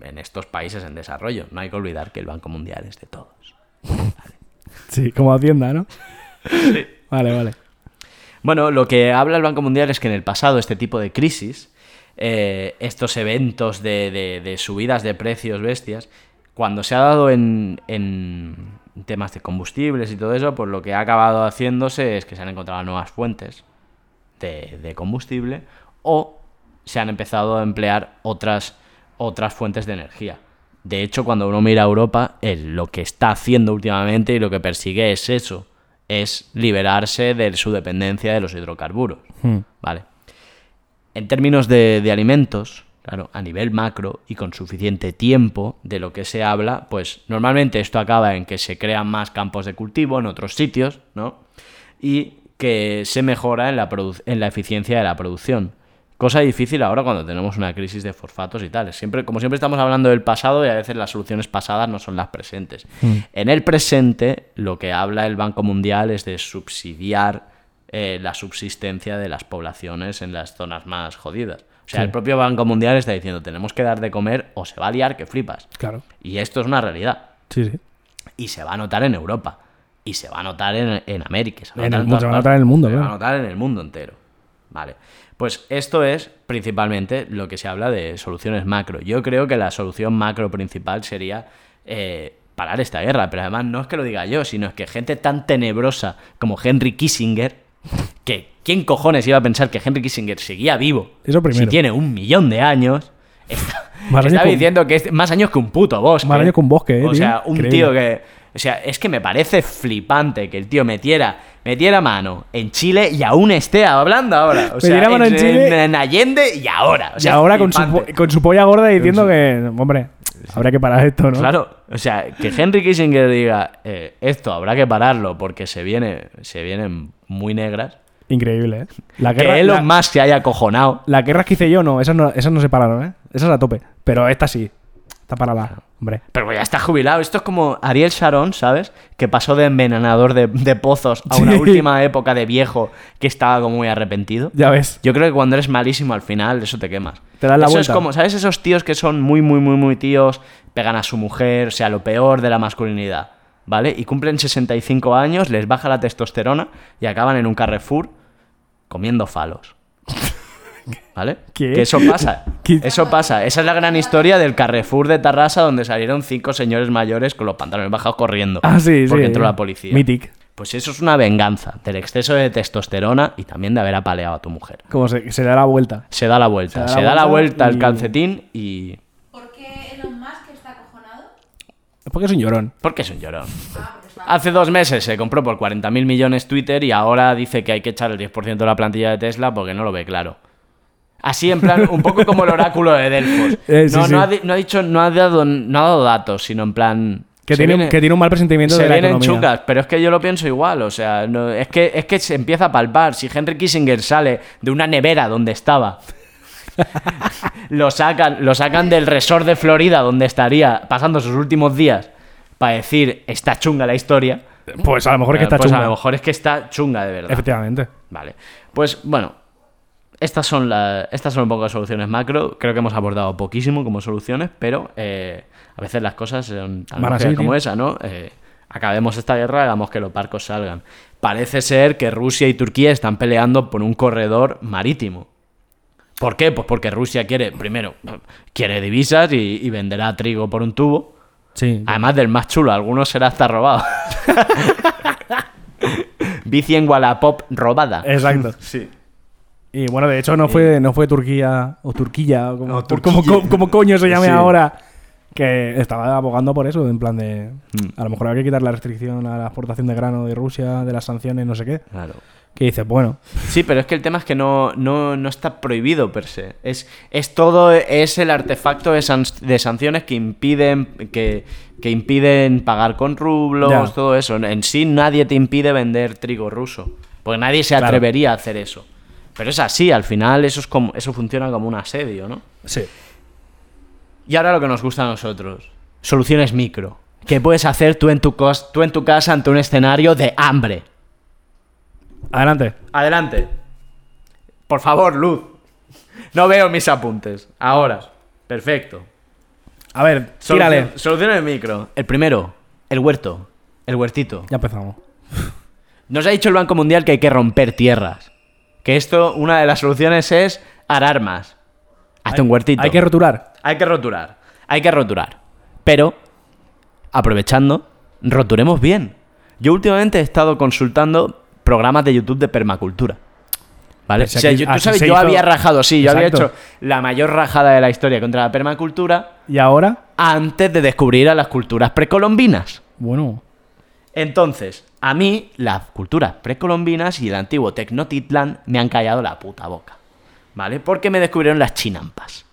Speaker 2: en estos países en desarrollo. No hay que olvidar que el Banco Mundial es de todos.
Speaker 1: Sí, como Hacienda, ¿no? Vale, vale.
Speaker 2: Bueno, lo que habla el Banco Mundial es que en el pasado este tipo de crisis, eh, estos eventos de, de- de subidas de precios bestias, cuando se ha dado en, en temas de combustibles y todo eso, pues lo que ha acabado haciéndose es que se han encontrado nuevas fuentes de, de combustible o se han empezado a emplear otras, otras fuentes de energía. De hecho, cuando uno mira a Europa, el- lo que está haciendo últimamente y lo que persigue es eso, es liberarse de su dependencia de los hidrocarburos. ¿Vale? En términos de, de alimentos, claro, a nivel macro y con suficiente tiempo de lo que se habla, pues normalmente esto acaba en que se crean más campos de cultivo en otros sitios, ¿no? Y que se mejora en la, produ- en la eficiencia de la producción. Cosa difícil ahora cuando tenemos una crisis de fosfatos y tales. Siempre, como siempre estamos hablando del pasado y a veces las soluciones pasadas no son las presentes. En el presente, lo que habla el Banco Mundial es de subsidiar eh, la subsistencia de las poblaciones en las zonas más jodidas. O sea, el propio Banco Mundial está diciendo, tenemos que dar de comer o se va a liar que flipas.
Speaker 1: Claro.
Speaker 2: Y esto es una realidad.
Speaker 1: Sí, sí.
Speaker 2: Y se va a notar en Europa. Y se va a notar en, en América. Se va a
Speaker 1: En
Speaker 2: notar
Speaker 1: el-
Speaker 2: todas
Speaker 1: se va a
Speaker 2: partes.
Speaker 1: notar en el mundo,
Speaker 2: Se va a
Speaker 1: claro.
Speaker 2: notar en el mundo entero. Vale. Pues esto es principalmente lo que se habla de soluciones macro. Yo creo que la solución macro principal sería eh, parar esta guerra. Pero además no es que lo diga yo, sino es que gente tan tenebrosa como Henry Kissinger, que ¿quién cojones iba a pensar que Henry Kissinger seguía vivo?
Speaker 1: Eso primero.
Speaker 2: Si tiene un millón de
Speaker 1: <laughs>
Speaker 2: años. Está,
Speaker 1: Más años
Speaker 2: estaba
Speaker 1: que un-
Speaker 2: diciendo que es más años que un puto bosque.
Speaker 1: Más años que un bosque, eh,
Speaker 2: O
Speaker 1: tío.
Speaker 2: sea, un
Speaker 1: Increíble.
Speaker 2: tío que que- O sea, es que me parece flipante que el tío metiera, metiera mano en Chile y aún esté hablando ahora. O sea,
Speaker 1: Metiera mano en Chile-
Speaker 2: en Allende y ahora. O sea,
Speaker 1: y ahora con su,
Speaker 2: flipante.
Speaker 1: po- con su polla gorda diciendo que, hombre, habrá que parar esto, ¿no?
Speaker 2: Claro, o sea, que Henry Kissinger diga, eh, esto habrá que pararlo porque se, viene, se vienen muy negras.
Speaker 1: Increíble, ¿eh? La
Speaker 2: que
Speaker 1: guerra,
Speaker 2: Elon
Speaker 1: la,
Speaker 2: Musk se haya acojonado.
Speaker 1: las guerras que hice yo, no esas, no, esas no se pararon, ¿eh? Esas a tope. Pero esta sí. Está parada, hombre.
Speaker 2: Pero ya está jubilado. Esto es como Ariel Sharon, ¿sabes? Que pasó de envenenador de, de pozos a una
Speaker 1: <laughs> Sí.
Speaker 2: última época de viejo que estaba como muy arrepentido.
Speaker 1: Ya ves.
Speaker 2: Yo creo que cuando eres malísimo al final, de eso te quemas.
Speaker 1: Te das la
Speaker 2: eso
Speaker 1: vuelta.
Speaker 2: es como, ¿sabes? Esos tíos que son muy, muy, muy, muy tíos, pegan a su mujer, o sea, lo peor de la masculinidad, ¿vale? Y cumplen 65 años, les baja la testosterona y acaban en un Carrefour comiendo
Speaker 1: <laughs>
Speaker 2: falos. ¿Vale?
Speaker 1: ¿Qué?
Speaker 2: Que eso pasa.
Speaker 1: <laughs> ¿Qué?
Speaker 2: Eso pasa. Esa es la gran historia del Carrefour de Tarrasa donde salieron cinco señores mayores con los pantalones bajados corriendo.
Speaker 1: Ah, sí, sí.
Speaker 2: Porque entró la policía.
Speaker 1: Mythic.
Speaker 2: Pues eso es una venganza del exceso de testosterona y también de haber apaleado a tu mujer
Speaker 1: Como se, se da la vuelta.
Speaker 2: se da la vuelta. Se da la, vuelta al calcetín y.
Speaker 3: ¿Por qué Elon Musk está acojonado?
Speaker 1: Es porque es un llorón.
Speaker 2: ¿Por qué es un llorón? Hace dos meses se compró por 40.000 millones Twitter y ahora dice que hay que echar el 10% de la plantilla de Tesla porque no lo ve claro. Así, en plan, un poco como el oráculo de Delfos.
Speaker 1: <laughs> Eh, sí,
Speaker 2: no,
Speaker 1: sí.
Speaker 2: no ha, di- no ha dicho, no ha, dado, no ha dado datos, sino en plan.
Speaker 1: Que
Speaker 2: se
Speaker 1: tiene,
Speaker 2: viene-
Speaker 1: que tiene un mal presentimiento
Speaker 2: se
Speaker 1: de la
Speaker 2: vienen
Speaker 1: economía.
Speaker 2: chucas, pero es que yo lo pienso igual, o sea, no- es, que, es que se empieza a palpar. Si Henry Kissinger sale de una nevera donde estaba, <laughs> lo sacan, lo sacan del resort de Florida donde estaría pasando sus últimos días para decir, está chunga la historia.
Speaker 1: Pues a lo mejor es que está
Speaker 2: pues
Speaker 1: chunga.
Speaker 2: a lo mejor es que está chunga de verdad.
Speaker 1: Efectivamente.
Speaker 2: Vale. Pues bueno, estas son, la, estas son un poco las soluciones macro. Creo que hemos abordado poquísimo como soluciones, pero eh, a veces las cosas son tan
Speaker 1: Van
Speaker 2: lógicas
Speaker 1: así,
Speaker 2: como
Speaker 1: tío.
Speaker 2: esa, ¿no? Eh, acabemos esta guerra, hagamos que los barcos salgan. Parece ser que Rusia y Turquía están peleando por un corredor marítimo. ¿Por qué? Pues porque Rusia quiere, primero, quiere divisas y, y venderá trigo por un tubo.
Speaker 1: Sí.
Speaker 2: Además del más chulo, algunos será hasta robado. <laughs> Bici en Wallapop robada. <laughs>
Speaker 1: Exacto. sí. Y bueno, de hecho no fue, no fue Turquía o Turquía o como,
Speaker 2: O
Speaker 1: por-
Speaker 2: Turquilla.
Speaker 1: como- como- como coño se llame
Speaker 2: Sí.
Speaker 1: ahora que estaba abogando por eso, en plan
Speaker 2: Mm.
Speaker 1: de a lo mejor había que quitar la restricción a la exportación de grano de Rusia, de las sanciones, no sé qué.
Speaker 2: Claro.
Speaker 1: que dices, bueno,
Speaker 2: Sí, pero es que el tema es que no, no, no está prohibido per se. Es, es todo, es el artefacto de, san- de sanciones que impiden, que, que impiden pagar con rublos,
Speaker 1: Ya.
Speaker 2: todo eso. En sí nadie te impide vender trigo ruso. Porque nadie se
Speaker 1: Claro.
Speaker 2: atrevería a hacer eso. Pero es así, al final eso, es como, eso funciona como un asedio, ¿no?
Speaker 1: sí.
Speaker 2: Y ahora lo que nos gusta a nosotros. Soluciones micro. Que puedes hacer tú en tu, cos- tú en tu casa ante un escenario de hambre.
Speaker 1: Adelante.
Speaker 2: Adelante. Por favor, Luz. No veo mis apuntes. Ahora. Perfecto.
Speaker 1: A ver,
Speaker 2: Solución-
Speaker 1: tírale.
Speaker 2: Soluciones micro. El primero, el huerto. El huertito.
Speaker 1: Ya empezamos.
Speaker 2: Nos ha dicho el Banco Mundial que hay que romper tierras. Que esto, una de las soluciones es arar más. Hazte un huertito.
Speaker 1: Hay que rotular.
Speaker 2: Hay que roturar. Hay que roturar. Pero, aprovechando, roturemos bien. Yo últimamente he estado consultando programas de YouTube de permacultura. ¿Vale?
Speaker 1: Pero si
Speaker 2: o sea,
Speaker 1: aquí-
Speaker 2: yo- tú
Speaker 1: aquí
Speaker 2: sabes,
Speaker 1: se
Speaker 2: yo
Speaker 1: hizo-
Speaker 2: había rajado, sí, yo había
Speaker 1: Exacto.
Speaker 2: hecho la mayor rajada de la historia contra la permacultura
Speaker 1: Y ahora,
Speaker 2: antes de descubrir a las culturas precolombinas.
Speaker 1: bueno,
Speaker 2: Entonces, a mí las culturas precolombinas y el antiguo Tecnotitlán me han callado la puta boca. ¿Vale? Porque me descubrieron las chinampas.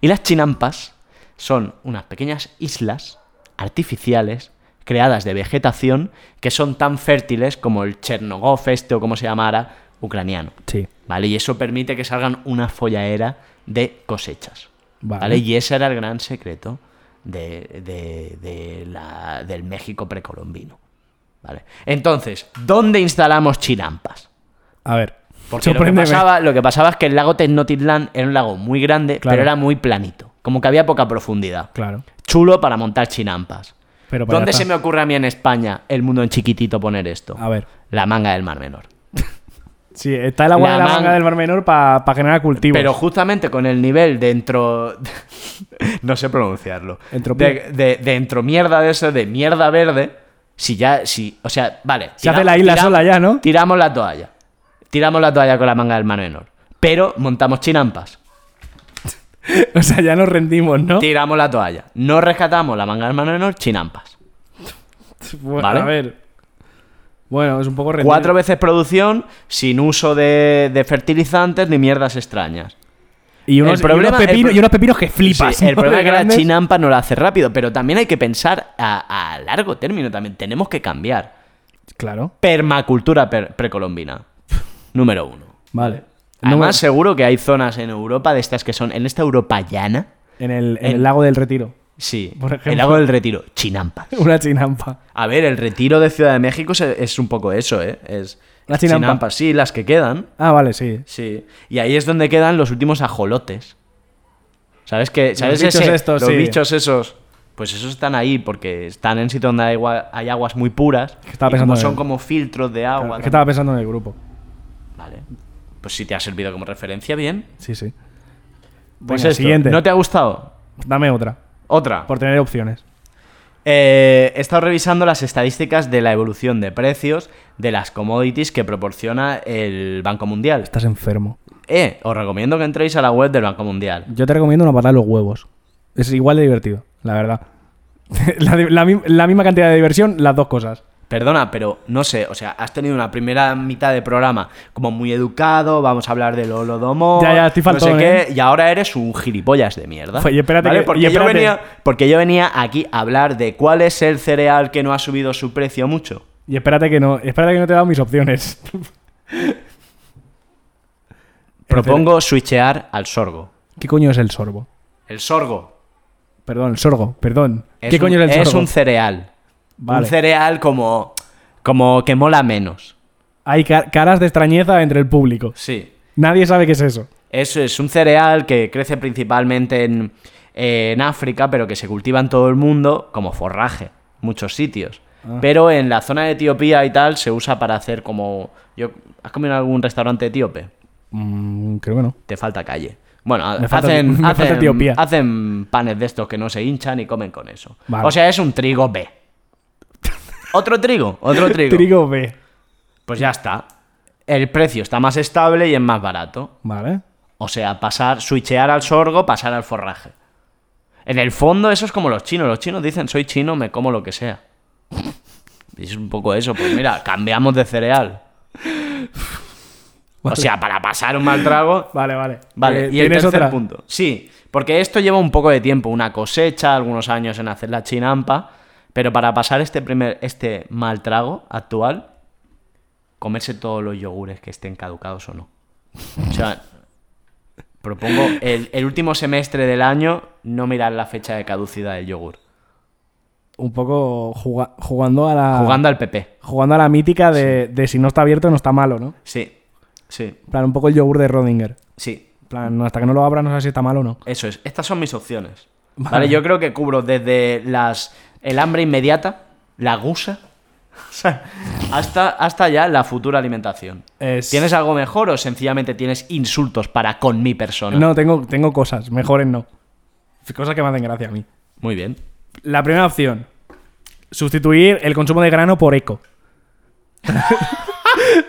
Speaker 2: Y las chinampas son unas pequeñas islas artificiales creadas de vegetación que son tan fértiles como el Chernogov este o como se llamara ucraniano.
Speaker 1: sí.
Speaker 2: ¿Vale? Y eso permite que salgan una follaera de cosechas.
Speaker 1: Vale.
Speaker 2: Vale. Y ese era el gran secreto de, de- de la- del México precolombino. ¿Vale? Entonces, ¿dónde instalamos chinampas?
Speaker 1: A ver.
Speaker 2: Porque lo que,
Speaker 1: sorpréndeme.
Speaker 2: pasaba, lo que pasaba es que el lago Tenochtitlán era un lago muy grande,
Speaker 1: Claro.
Speaker 2: pero era muy planito. Como que había poca profundidad.
Speaker 1: Claro.
Speaker 2: Chulo para montar chinampas.
Speaker 1: Pero para
Speaker 2: ¿Dónde
Speaker 1: ya
Speaker 2: se me
Speaker 1: está.
Speaker 2: ocurre a mí en España, el mundo en chiquitito, poner esto?
Speaker 1: A ver.
Speaker 2: La manga del Mar Menor.
Speaker 1: Sí, está el agua
Speaker 2: La
Speaker 1: de la
Speaker 2: man-
Speaker 1: manga del Mar Menor para generar cultivos.
Speaker 2: Pero justamente con el nivel de entro... <laughs> no sé pronunciarlo.
Speaker 1: Entropía.
Speaker 2: De, de, de entromierda de eso, de mierda verde. Si ya, si, o sea, vale.
Speaker 1: Se hace la isla sola ya, ¿no?
Speaker 2: Tiramos la toalla. Tiramos la toalla con la manga del mar menor. Pero montamos chinampas.
Speaker 1: <laughs> O sea, ya nos rendimos, ¿no?
Speaker 2: Tiramos la toalla. No rescatamos la manga del mar menor, chinampas.
Speaker 1: Bueno,
Speaker 2: Vale.
Speaker 1: A ver. Bueno, es un poco rendir.
Speaker 2: Cuatro veces producción, sin uso de, de fertilizantes ni mierdas extrañas.
Speaker 1: Y unos,
Speaker 2: El problema-
Speaker 1: y unos pepinos,
Speaker 2: el pro-
Speaker 1: y unos pepinos que flipas.
Speaker 2: Sí, el
Speaker 1: ¿no?
Speaker 2: problema
Speaker 1: De
Speaker 2: es que la
Speaker 1: grandes.
Speaker 2: chinampa no la hace rápido, pero también hay que pensar a, a largo término también. Tenemos que cambiar.
Speaker 1: Claro.
Speaker 2: Permacultura per- precolombina. Número uno.
Speaker 1: Vale. No me-
Speaker 2: Además, seguro que hay zonas en Europa de estas que son. En esta Europa llana.
Speaker 1: en, el, en el
Speaker 2: en-
Speaker 1: lago
Speaker 2: <laughs>
Speaker 1: del retiro.
Speaker 2: Sí.
Speaker 1: Por ejemplo.
Speaker 2: el lago del retiro.
Speaker 1: <laughs>
Speaker 2: Chinampas.
Speaker 1: Una chinampa.
Speaker 2: A ver, el retiro de Ciudad de México es, es un poco eso, ¿eh? Es.
Speaker 1: Las chinampas.
Speaker 2: chinampas, sí, las que quedan.
Speaker 1: Ah, vale, sí.
Speaker 2: Sí. Y ahí es donde quedan los últimos ajolotes. ¿Sabes qué? ¿Sabes
Speaker 1: bichos
Speaker 2: ese-
Speaker 1: estos,
Speaker 2: los
Speaker 1: sí.
Speaker 2: bichos esos. Pues esos están ahí porque están en sitio donde hay, agua- hay aguas muy puras.
Speaker 1: Que estaba
Speaker 2: y como
Speaker 1: pensando en
Speaker 2: son
Speaker 1: él.
Speaker 2: como filtros de
Speaker 1: Claro,
Speaker 2: agua.
Speaker 1: es que estaba pensando en el grupo.
Speaker 2: Vale. Pues si te ha servido como referencia, bien.
Speaker 1: Sí, sí.
Speaker 2: Pues
Speaker 1: Venga,
Speaker 2: esto.
Speaker 1: siguiente.
Speaker 2: ¿No te ha gustado?
Speaker 1: Dame otra.
Speaker 2: Otra.
Speaker 1: Por tener opciones.
Speaker 2: Eh, he estado revisando las estadísticas de la evolución de precios de las commodities que proporciona el Banco Mundial.
Speaker 1: Estás enfermo.
Speaker 2: Eh, os recomiendo que entréis a la web del Banco Mundial.
Speaker 1: Yo te recomiendo una patada en los huevos. Es igual de divertido, la verdad. <laughs> la, di- la mi- la misma cantidad de diversión, las dos cosas.
Speaker 2: Perdona, pero no sé, o sea, has tenido una primera mitad de programa como muy educado, vamos a hablar del holodomor,
Speaker 1: Ya, ya, estoy
Speaker 2: no sé
Speaker 1: faltón, ¿eh?
Speaker 2: qué, y ahora eres un gilipollas de mierda.
Speaker 1: Fue, y espérate que-
Speaker 2: porque,
Speaker 1: y espérate.
Speaker 2: Yo venía, porque yo venía aquí a hablar de cuál es el cereal que no ha subido su precio mucho.
Speaker 1: Y espérate que no, espérate que no te he dado mis opciones.
Speaker 2: Propongo switchear al sorgo.
Speaker 1: ¿Qué coño es el sorbo?
Speaker 2: El sorgo.
Speaker 1: Perdón, el sorgo, perdón.
Speaker 2: es
Speaker 1: ¿Qué coño
Speaker 2: un-
Speaker 1: es el sorgo?
Speaker 2: un cereal.
Speaker 1: Vale.
Speaker 2: Un cereal como, como que mola menos.
Speaker 1: Hay ca- caras de extrañeza entre el público.
Speaker 2: Sí.
Speaker 1: Nadie sabe qué es eso.
Speaker 2: Es, es un cereal que crece principalmente en, en África, pero que se cultiva en todo el mundo como forraje, muchos sitios.
Speaker 1: Ah.
Speaker 2: Pero en la zona de Etiopía y tal se usa para hacer como... Yo, ¿Has comido en algún restaurante etíope?
Speaker 1: Mm, creo que no.
Speaker 2: Te falta calle. Bueno,
Speaker 1: Me
Speaker 2: hacen,
Speaker 1: falta- <laughs> me
Speaker 2: hacen,
Speaker 1: falta Etiopía.
Speaker 2: hacen panes de estos que no se hinchan y comen con eso.
Speaker 1: Vale.
Speaker 2: O sea, es un trigo B. otro trigo, otro trigo.
Speaker 1: <laughs> Trigo B.
Speaker 2: Pues ya está. El precio está más estable y es más barato.
Speaker 1: Vale.
Speaker 2: O sea, pasar, switchear al sorgo, pasar al forraje. En el fondo, eso es como los chinos. Los chinos dicen, soy chino, me como <laughs> lo que sea. Y Es un poco eso, pues mira, cambiamos de cereal. O sea, para pasar un mal trago.
Speaker 1: Vale, vale.
Speaker 2: Vale,
Speaker 1: Eh,
Speaker 2: y el
Speaker 1: ¿tienes
Speaker 2: tercer
Speaker 1: otra?
Speaker 2: punto. Sí, porque esto lleva un poco de tiempo, una cosecha, algunos años en hacer la chinampa, pero para pasar este primer este mal trago actual, comerse todos los yogures que estén caducados o no. O sea, propongo el, el último semestre del año no mirar la fecha de caducidad del yogur,
Speaker 1: Un poco juga- jugando a la.
Speaker 2: jugando al PP.
Speaker 1: jugando a la mítica de, de si no está abierto no está malo, ¿no?
Speaker 2: Sí. Sí.
Speaker 1: En plan, un poco el yogur de Rodinger.
Speaker 2: Sí.
Speaker 1: En plan, hasta que no lo abra no sé si está malo o no.
Speaker 2: Eso es, estas son mis opciones.
Speaker 1: Vale.
Speaker 2: Vale, yo creo que cubro desde las el hambre inmediata, la gusa, <laughs> o sea, hasta, hasta ya la futura alimentación.
Speaker 1: Es-
Speaker 2: ¿Tienes algo mejor o sencillamente tienes insultos para con mi persona?
Speaker 1: No, tengo, tengo cosas, mejores no. Cosas que me hacen gracia a mí.
Speaker 2: Muy bien.
Speaker 1: La primera opción. Sustituir el consumo de grano por eco. <laughs>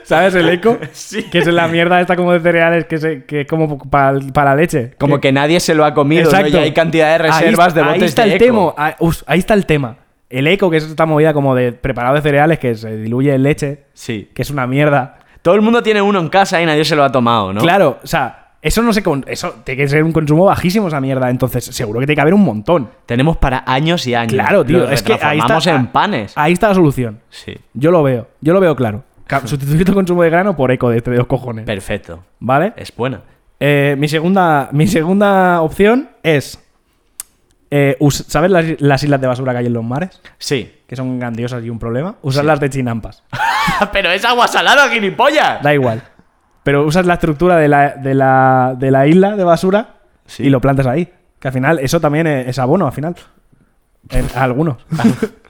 Speaker 1: ¿Sabes el eco?
Speaker 2: Sí.
Speaker 1: Que es la mierda esta como de cereales que, se, que es como para, para leche.
Speaker 2: Como que nadie se lo ha comido, ¿no?
Speaker 1: Eh, Exacto.
Speaker 2: Y hay cantidad de
Speaker 1: Ahí
Speaker 2: reservas
Speaker 1: está-
Speaker 2: de botes
Speaker 1: ahí está
Speaker 2: de
Speaker 1: el
Speaker 2: Eco.
Speaker 1: tema. Ah, us, Ahí está el tema. El eco, que es esta movida como de preparado de cereales que se diluye en leche,
Speaker 2: Sí.
Speaker 1: que es una mierda.
Speaker 2: Todo el mundo tiene uno en casa y nadie se lo ha tomado, ¿no?
Speaker 1: Claro, o sea, eso no se con- eso tiene que ser un consumo bajísimo esa mierda, entonces seguro que tiene que haber un montón.
Speaker 2: Tenemos para años y años.
Speaker 1: Claro, tío,
Speaker 2: Lo
Speaker 1: es que ahí
Speaker 2: transformamos
Speaker 1: está ah,
Speaker 2: en panes.
Speaker 1: Ahí está la solución.
Speaker 2: Sí.
Speaker 1: Yo lo veo, yo lo veo claro. <laughs> Ca- Sustituir tu consumo de grano por eco de este de los cojones,
Speaker 2: Perfecto.
Speaker 1: ¿vale?
Speaker 2: Es buena.
Speaker 1: Eh, mi segunda mi segunda opción es eh, us- ¿Sabes las, las islas de basura que hay en los mares?
Speaker 2: Sí.
Speaker 1: Que son grandiosas y un problema. Usarlas de chinampas.
Speaker 2: <laughs> Pero es agua salada, gilipollas.
Speaker 1: Da igual. Pero usas la estructura de la, de la, de la isla de basura
Speaker 2: Sí.
Speaker 1: y lo plantas ahí. Que al final, eso también es, es abono, al final. En-
Speaker 2: <laughs>
Speaker 1: a algunos.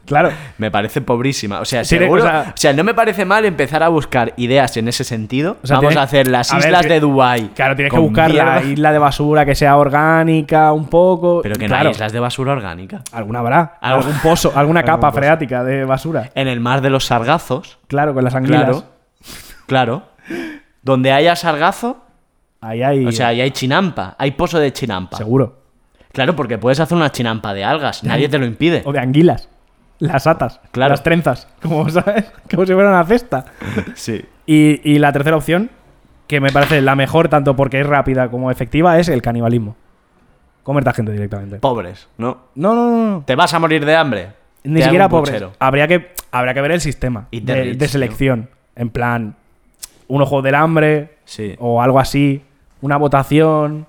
Speaker 1: claro.
Speaker 2: Me parece pobrísima. O sea,
Speaker 1: Tiene-
Speaker 2: seguro-
Speaker 1: o
Speaker 2: o,
Speaker 1: sea-
Speaker 2: sea, no me parece mal empezar a buscar ideas en ese sentido.
Speaker 1: O sea,
Speaker 2: Vamos
Speaker 1: tiene-
Speaker 2: a hacer las
Speaker 1: a ver,
Speaker 2: islas
Speaker 1: tiene-
Speaker 2: de Dubái.
Speaker 1: Claro, tienes que
Speaker 2: con
Speaker 1: buscar la
Speaker 2: mierda,
Speaker 1: isla de basura que sea orgánica un poco.
Speaker 2: Pero que no
Speaker 1: claro,
Speaker 2: hay islas de basura orgánica.
Speaker 1: Alguna habrá.
Speaker 2: Algo-
Speaker 1: Algún pozo,
Speaker 2: <laughs>
Speaker 1: alguna
Speaker 2: Algún
Speaker 1: capa
Speaker 2: pozo.
Speaker 1: freática de basura.
Speaker 2: En el mar de los sargazos.
Speaker 1: Claro, con las anguilas.
Speaker 2: Claro. Claro. Donde haya sargazo,
Speaker 1: Ahí hay.
Speaker 2: o sea, ahí hay chinampa. Hay pozo de chinampa.
Speaker 1: seguro.
Speaker 2: Claro, porque puedes hacer una chinampa de algas. Nadie te lo impide.
Speaker 1: O de anguilas. Las atas.
Speaker 2: Claro.
Speaker 1: Las trenzas. Como, <laughs> ¿sabes? como si fuera una cesta.
Speaker 2: <laughs> Sí.
Speaker 1: Y, y la tercera opción, que me parece la mejor tanto porque es rápida como efectiva, es el canibalismo. Comerte a gente directamente.
Speaker 2: Pobres, ¿no?
Speaker 1: No, no, no. no.
Speaker 2: ¿Te vas a morir de hambre?
Speaker 1: Ni
Speaker 2: Te hago
Speaker 1: siquiera
Speaker 2: un
Speaker 1: pobre.
Speaker 2: puchero.
Speaker 1: Habría que, habría que ver el sistema
Speaker 2: Y te
Speaker 1: de,
Speaker 2: rich,
Speaker 1: de selección. En plan, un ojo del hambre
Speaker 2: Sí.
Speaker 1: o algo así, una votación,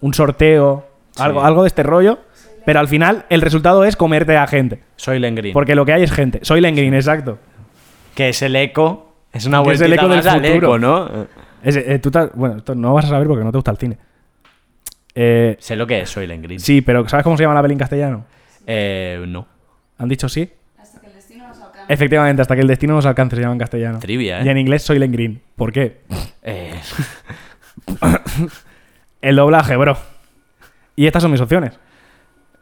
Speaker 1: un sorteo, algo, algo de este rollo. Pero al final el resultado es comerte a gente.
Speaker 2: Soy Lengreen.
Speaker 1: Porque lo que hay es gente. Soy Lengrin, exacto.
Speaker 2: Que es el eco. Es una
Speaker 1: Que es
Speaker 2: vuelta
Speaker 1: el eco del
Speaker 2: al
Speaker 1: futuro.
Speaker 2: eco, ¿no?
Speaker 1: Ese, eh, tú te- bueno, esto no vas a saber porque no te gusta el cine. Eh,
Speaker 2: Sé lo que es Soylent Green.
Speaker 1: Sí, pero ¿sabes cómo se llama la peli en castellano?
Speaker 2: Eh, no.
Speaker 1: ¿Han dicho sí? Efectivamente, hasta que el destino nos alcance se llama en castellano.
Speaker 2: Trivia,
Speaker 1: Y en
Speaker 2: ¿eh?
Speaker 1: inglés soy Len Green. ¿Por qué?
Speaker 2: Eh, <laughs>
Speaker 1: El doblaje, bro. Y estas son mis opciones.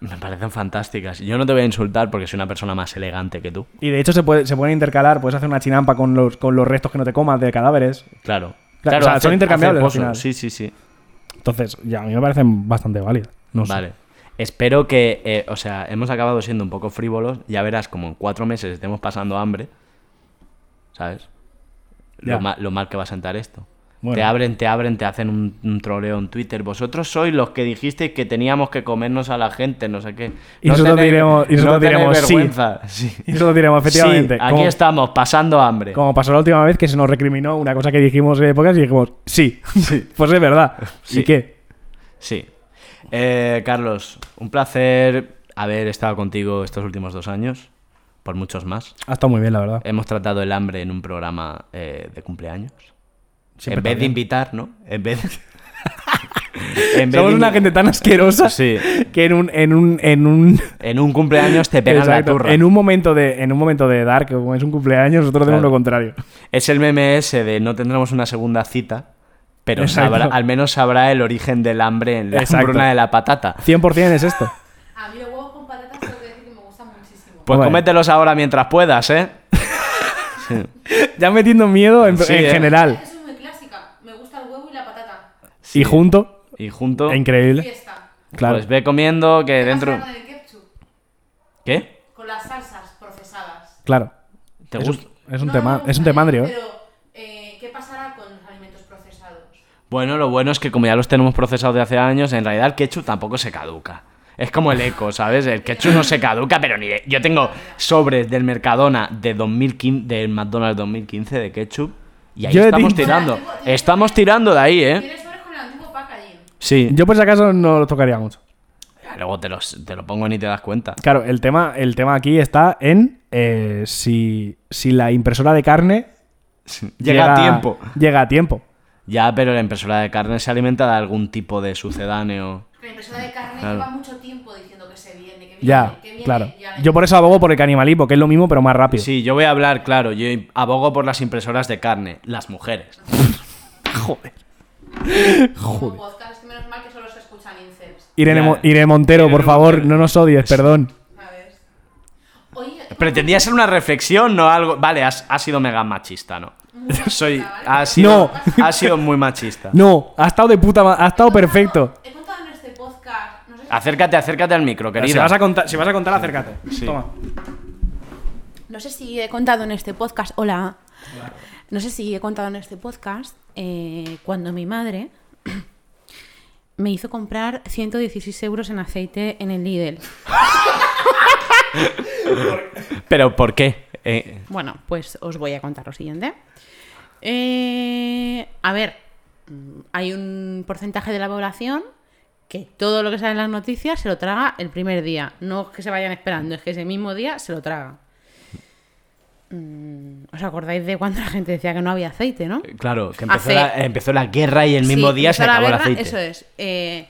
Speaker 2: me parecen fantásticas. Yo no te voy a insultar porque soy una persona más elegante que tú.
Speaker 1: Y de hecho se, puede, se pueden intercalar, puedes hacer una chinampa con los, con los restos que no te comas de cadáveres.
Speaker 2: Claro.
Speaker 1: Claro, o sea, son intercambiables al
Speaker 2: pozo.
Speaker 1: final.
Speaker 2: Sí, sí, sí.
Speaker 1: Entonces, ya a mí me parecen bastante válidas. No sé.
Speaker 2: vale. Espero que, eh, o sea, hemos acabado siendo un poco frívolos. Ya verás como en cuatro meses estemos pasando hambre. ¿Sabes?
Speaker 1: Ya.
Speaker 2: Lo, ma- lo mal que va a sentar esto.
Speaker 1: Bueno.
Speaker 2: Te abren, te abren, te hacen un, un troleo en Twitter. Vosotros sois los que dijisteis que teníamos que comernos a la gente, no sé qué.
Speaker 1: Y
Speaker 2: No
Speaker 1: nosotros
Speaker 2: tenéis-
Speaker 1: diremos- y nosotros
Speaker 2: no tenéis
Speaker 1: diremos, sí.
Speaker 2: vergüenza. Sí.
Speaker 1: Y eso lo diremos, <laughs> efectivamente.
Speaker 2: Sí, aquí
Speaker 1: como,
Speaker 2: estamos, pasando hambre.
Speaker 1: como pasó la última vez que se nos recriminó una cosa que dijimos en épocas y dijimos, sí. <laughs> pues es verdad. ¿Y
Speaker 2: Sí.
Speaker 1: qué?
Speaker 2: Sí. Eh, Carlos, un placer haber estado contigo estos últimos dos años, por muchos más.
Speaker 1: Ha estado muy bien, la verdad.
Speaker 2: Hemos tratado el hambre en un programa eh, de cumpleaños.
Speaker 1: Siempre
Speaker 2: en vez
Speaker 1: está
Speaker 2: de
Speaker 1: bien.
Speaker 2: invitar, ¿no? En
Speaker 1: <laughs>
Speaker 2: vez en vez
Speaker 1: Somos
Speaker 2: de-
Speaker 1: una gente tan asquerosa
Speaker 2: Sí.
Speaker 1: que en un, en un, en un
Speaker 2: En un cumpleaños te pegan
Speaker 1: Exacto.
Speaker 2: la turra.
Speaker 1: En un momento de, en un momento de Dark, como es un cumpleaños, nosotros tenemos
Speaker 2: Claro.
Speaker 1: lo contrario.
Speaker 2: Es el meme ese de no tendremos una segunda cita, pero
Speaker 1: Exacto.
Speaker 2: sabrá- al menos sabrá el origen del hambre en la
Speaker 1: Exacto.
Speaker 2: hambruna de la patata. Pues
Speaker 1: 100% es esto.
Speaker 3: A mí los huevos con patatas tengo que decir que me gustan muchísimo.
Speaker 2: Pues
Speaker 1: Vale.
Speaker 2: cómételos ahora mientras puedas, ¿eh?
Speaker 1: ya metiendo miedo en,
Speaker 2: Sí,
Speaker 1: en
Speaker 2: ¿eh?
Speaker 1: general.
Speaker 3: Eso es muy clásica. Me gusta el huevo y la patata.
Speaker 1: Y junto,
Speaker 2: Y junto.
Speaker 1: increíble.
Speaker 3: Fiesta.
Speaker 1: Claro.
Speaker 2: Pues ve comiendo que dentro.
Speaker 3: Con el ketchup,
Speaker 2: ¿Qué?
Speaker 3: con las salsas procesadas.
Speaker 1: Claro.
Speaker 2: ¿Te
Speaker 1: Es,
Speaker 2: gusta?
Speaker 1: un- es un
Speaker 3: No,
Speaker 1: tema,
Speaker 3: no,
Speaker 1: es un
Speaker 3: vale,
Speaker 1: temandrio, ¿eh?
Speaker 3: Pero, eh, ¿qué pasará con los alimentos
Speaker 2: Bueno, lo bueno es que como ya los tenemos procesados de hace años, en realidad el ketchup tampoco se caduca. Es como el eco, ¿sabes? El ketchup no se caduca, pero ni de- Yo tengo sobres del Mercadona de 2015, del McDonald's 2015 de ketchup y ahí
Speaker 1: Yo he
Speaker 2: estamos
Speaker 1: dicho-
Speaker 2: tirando. Estamos tirando de ahí, ¿eh?
Speaker 3: Tienes varios con el antiguo packaging.
Speaker 2: Sí.
Speaker 1: Yo por si acaso no lo tocaría mucho.
Speaker 2: Luego te, los, te lo pongo y ni te das cuenta.
Speaker 1: Claro, el tema, el tema aquí está en eh, si, si la impresora de carne
Speaker 2: Llega, a tiempo.
Speaker 1: Llega a tiempo.
Speaker 2: Ya, pero la impresora de carne se alimenta de algún tipo de sucedáneo.
Speaker 3: La impresora de carne
Speaker 2: Claro.
Speaker 3: lleva mucho tiempo diciendo que se viene, que viene,
Speaker 1: Ya,
Speaker 3: que viene.
Speaker 1: claro.
Speaker 3: ya
Speaker 1: Yo por eso abogo por el canibalismo, que es lo mismo, pero más rápido.
Speaker 2: Sí, yo voy a hablar, claro. Yo abogo por las impresoras de carne, las mujeres.
Speaker 3: Como podcast, que menos mal que solo se escuchan incels.
Speaker 1: Irene,
Speaker 2: Ya.
Speaker 1: Mo- Irene Montero,
Speaker 2: Irene
Speaker 1: por favor,
Speaker 2: Montero.
Speaker 1: no nos odies, perdón.
Speaker 3: ¿Sabes? Oye,
Speaker 2: Pretendía ser una reflexión, no algo. Vale, has, has sido mega machista, ¿no? <laughs> Soy. Has
Speaker 1: No.
Speaker 2: sido, has sido muy machista.
Speaker 1: No, ha estado de puta ma- ha estado perfecto.
Speaker 3: He contado en este podcast, no sé si
Speaker 2: Acércate, acércate al micro,
Speaker 1: Si
Speaker 2: querida.
Speaker 1: vas a contar, si vas a contar acércate.
Speaker 2: Sí.
Speaker 1: Toma.
Speaker 3: No sé si he contado en este podcast, hola, no sé si he contado en este podcast eh, cuando mi madre <clears throat> me hizo comprar 116 euros en aceite en el Lidl.
Speaker 2: Pero ¿por qué? Eh,
Speaker 3: Bueno, pues os voy a contar lo siguiente. Eh, a ver, mm, hay un porcentaje de la población que todo lo que sale en las noticias se lo traga el primer día. No es que se vayan esperando, es que ese mismo día se lo traga. Mm, ¿Os acordáis de cuando la gente decía que no había aceite,
Speaker 2: Eh,
Speaker 3: no?
Speaker 2: claro, que empezó
Speaker 3: Hace-
Speaker 2: la, empezó la guerra y el mismo
Speaker 3: Sí,
Speaker 2: día se
Speaker 3: empezó la
Speaker 2: acabó el
Speaker 3: guerra,
Speaker 2: aceite.
Speaker 3: Eso es. Eh,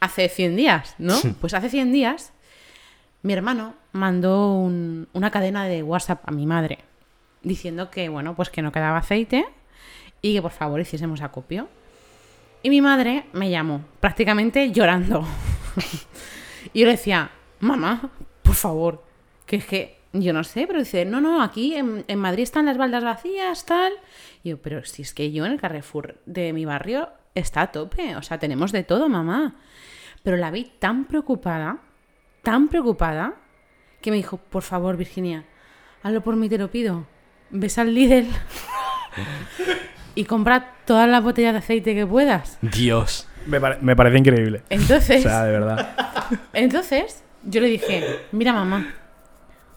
Speaker 3: hace 100 días, ¿no? Pues hace 100 días, mi hermano mandó un- una cadena de WhatsApp a mi madre diciendo que, bueno, pues que no quedaba aceite y que por favor hiciésemos acopio. Y mi madre me llamó, prácticamente llorando. <laughs> y yo le decía, mamá, por favor, que es que yo no sé, pero dice, no, no, aquí en, en Madrid están las baldas vacías, tal. Y yo, pero si es que yo en el Carrefour de mi barrio está a tope, o sea, tenemos de todo, mamá. Pero la vi tan preocupada, tan preocupada, que me dijo, por favor, Virginia, hazlo por mí, te lo pido. Ves al líder <laughs> y compra todas las botellas de aceite que puedas.
Speaker 2: Dios.
Speaker 1: Me, pare- me parece increíble. O
Speaker 3: Entonces,
Speaker 1: sea, de verdad.
Speaker 3: entonces yo le dije, mira mamá,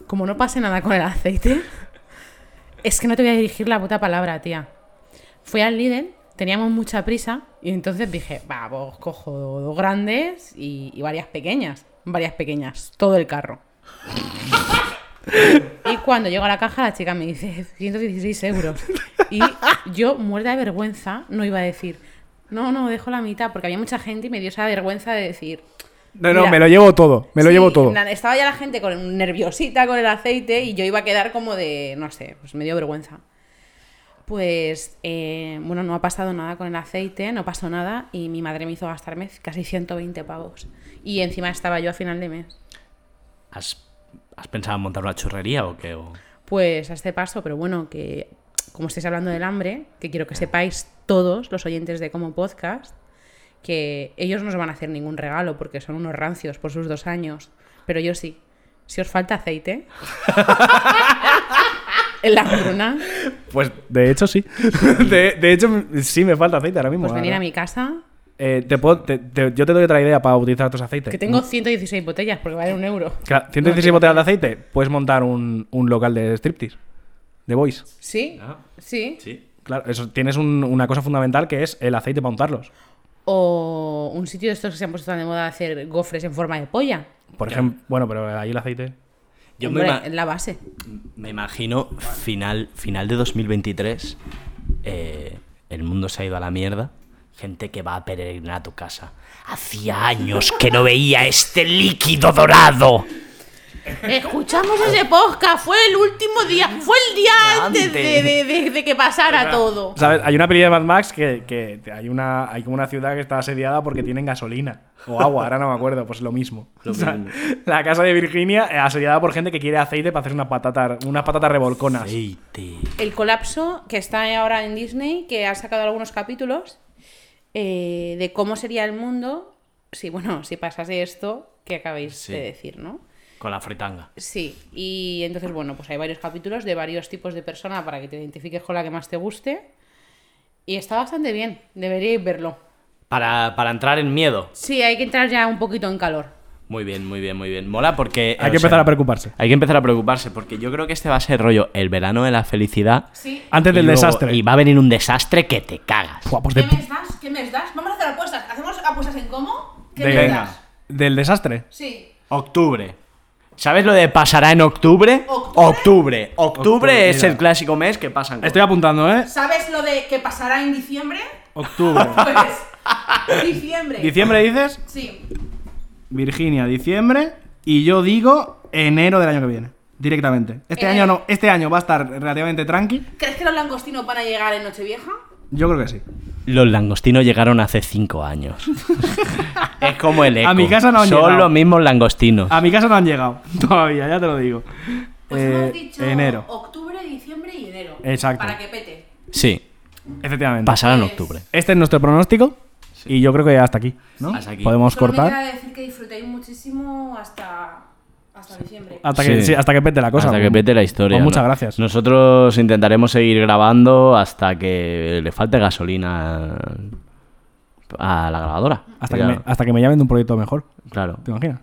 Speaker 3: como no pase nada con el aceite, es que no te voy a dirigir la puta palabra, tía. Fui al líder, teníamos mucha prisa y entonces dije, va, pues cojo dos grandes y, y varias pequeñas, varias pequeñas, todo el carro. Y cuando llego a la caja, la chica me dice 116 euros. Y yo, muerta de vergüenza, no iba a decir, no, no, dejo la mitad, porque había mucha gente y me dio esa vergüenza de decir,
Speaker 1: No, no,
Speaker 3: Mira.
Speaker 1: me lo llevo todo. Me lo
Speaker 3: Sí,
Speaker 1: llevo todo.
Speaker 3: en plan, Estaba ya la gente con nerviosita con el aceite y yo iba a quedar como de, no sé, pues me dio vergüenza. Pues, eh, bueno, no ha pasado nada con el aceite, no pasó nada y mi madre me hizo gastarme casi 120 pavos. Y encima estaba yo a final de mes.
Speaker 2: ¿Has, has pensado en montar una churrería o qué? O-
Speaker 3: Pues a este paso, pero bueno, que como estáis hablando del hambre, que quiero que sepáis todos los oyentes de Como Podcast, que ellos no os van a hacer ningún regalo porque son unos rancios por sus dos años, pero yo sí. Si os falta aceite <laughs> en la hambruna,
Speaker 1: Pues de hecho
Speaker 3: <laughs>
Speaker 1: sí. De, de hecho sí me falta aceite ahora mismo.
Speaker 3: pues
Speaker 1: la
Speaker 3: venid a
Speaker 1: verdad.
Speaker 3: mi casa,
Speaker 1: Eh, te puedo- te- te- yo te doy otra idea para utilizar tus aceites.
Speaker 3: que tengo 116 botellas porque vale un euro.
Speaker 1: Claro, 116 botellas de aceite. Puedes montar un, un local de striptease. De boys.
Speaker 3: ¿Sí?
Speaker 2: Ah.
Speaker 3: ¿Sí?
Speaker 2: Sí.
Speaker 1: Claro, eso, tienes un- una cosa fundamental que es el aceite para untarlos.
Speaker 3: O un sitio de estos que se han puesto tan de moda de hacer gofres en forma de polla.
Speaker 1: Por ejemplo, bueno, pero ahí el aceite.
Speaker 2: Yo me,
Speaker 3: Hombre,
Speaker 2: ima-
Speaker 3: en la base.
Speaker 2: me imagino final, final de 2023, eh, el mundo se ha ido a la mierda. Gente que va a peregrinar a tu casa. Hacía años que no veía este líquido dorado.
Speaker 3: Escuchamos ese podcast, fue el último día, fue el día antes de, de- de- de que pasara todo.
Speaker 1: ¿Sabes? Hay una película de Mad Max que, que hay, una, hay como una ciudad que está asediada porque tienen gasolina o agua, ahora no me acuerdo, pues lo mismo. <laughs> O sea, la casa de Virginia eh, asediada por gente que quiere aceite para hacer unas patatas, unas patatas revolconas.
Speaker 2: Aceite.
Speaker 3: El colapso que está ahora en Disney, que ha sacado algunos capítulos eh, de cómo sería el mundo si, bueno, si pasase esto que acabáis
Speaker 2: Sí.
Speaker 3: de decir, ¿no?
Speaker 2: Con la fritanga.
Speaker 3: Sí, y entonces, bueno, pues hay varios capítulos de varios tipos de persona para que te identifiques con la que más te guste. Y está bastante bien, deberíais verlo.
Speaker 2: Para, para entrar en miedo.
Speaker 3: Sí, hay que entrar ya un poquito en calor.
Speaker 2: Muy bien, muy bien, muy bien. Mola porque.
Speaker 1: Hay
Speaker 2: o
Speaker 1: que
Speaker 2: sea,
Speaker 1: empezar a preocuparse.
Speaker 2: Hay que empezar a preocuparse porque yo creo que este va a ser rollo el verano de la felicidad.
Speaker 3: Sí.
Speaker 1: Antes
Speaker 2: y
Speaker 1: del
Speaker 2: luego-
Speaker 1: desastre.
Speaker 2: Y va a venir un desastre que te cagas.
Speaker 1: Buah, pues de pu-
Speaker 3: das? ¿Qué mes das? Vamos a hacer apuestas. ¿Hacemos apuestas en cómo?
Speaker 1: de- Del desastre.
Speaker 3: Sí.
Speaker 2: Octubre. ¿Sabes lo de pasará en octubre?
Speaker 3: ¿Octubre?
Speaker 2: Octubre, Octubre es
Speaker 1: mira.
Speaker 2: el clásico mes que pasan. cosas.
Speaker 1: Estoy apuntando, ¿eh?
Speaker 3: ¿Sabes lo de que pasará en diciembre?
Speaker 1: Octubre.
Speaker 3: <laughs> Pues diciembre.
Speaker 1: Diciembre dices,
Speaker 3: Sí.
Speaker 1: Virginia, diciembre. Y yo digo enero del año que viene. Directamente. Este
Speaker 3: Enero.
Speaker 1: año no, este año va a estar relativamente tranqui.
Speaker 3: ¿Crees que los langostinos van a llegar en Nochevieja?
Speaker 1: Yo creo que sí.
Speaker 2: Los langostinos llegaron hace cinco años. <laughs> es como el eco.
Speaker 1: A mi casa no han
Speaker 2: Son
Speaker 1: llegado.
Speaker 2: los mismos langostinos.
Speaker 1: A mi casa no han llegado <laughs> todavía, ya te lo digo.
Speaker 3: Pues
Speaker 1: Eh,
Speaker 3: hemos dicho
Speaker 1: enero.
Speaker 3: octubre, diciembre y enero.
Speaker 1: Exacto.
Speaker 3: Para que pete.
Speaker 2: Sí,
Speaker 1: Efectivamente.
Speaker 2: pasará en octubre.
Speaker 1: Este es nuestro pronóstico. Y yo creo que hasta aquí, ¿no?
Speaker 2: Hasta aquí.
Speaker 1: Podemos
Speaker 3: Solo me
Speaker 1: cortar.
Speaker 3: queda decir que disfrutéis muchísimo hasta, hasta diciembre.
Speaker 1: Hasta que,
Speaker 2: Sí.
Speaker 1: sí, hasta que pete la cosa.
Speaker 2: hasta que
Speaker 1: Pues-
Speaker 2: pete la historia.
Speaker 1: pues muchas
Speaker 2: ¿no?
Speaker 1: gracias.
Speaker 2: Nosotros intentaremos seguir grabando hasta que le falte gasolina a la grabadora.
Speaker 1: Hasta, que
Speaker 2: Ya,
Speaker 1: me, hasta que me llamen de un proyecto mejor.
Speaker 2: Claro.
Speaker 1: ¿Te imaginas?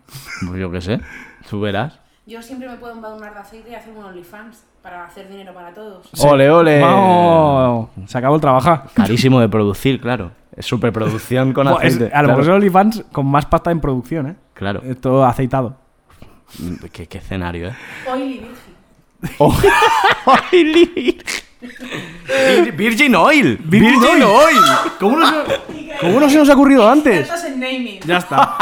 Speaker 2: Pues Yo qué sé. Tú verás.
Speaker 3: Yo siempre me puedo embadurnar de aceite y hacer un OnlyFans para hacer dinero para todos.
Speaker 2: Ole, ole.
Speaker 1: ¡Vamos! Se acabó el trabajar.
Speaker 2: Carísimo de producir, claro. Es superproducción con
Speaker 1: Buah, es-
Speaker 2: aceite.
Speaker 1: a lo mejor
Speaker 2: claro.
Speaker 1: son OnlyFans con más pasta en producción, ¿eh?
Speaker 2: Claro.
Speaker 1: Eh, Todo aceitado.
Speaker 2: Mm, Qué, qué escenario, ¿eh?
Speaker 3: Oily Virgin.
Speaker 1: Oh.
Speaker 2: <laughs> Oil. Vir- Virgin Oil. Virgin Oil.
Speaker 1: ¿Cómo
Speaker 2: <laughs>
Speaker 1: no, se, cómo no se nos ha ocurrido antes?
Speaker 3: Estás en naming.
Speaker 1: <laughs> Ya está.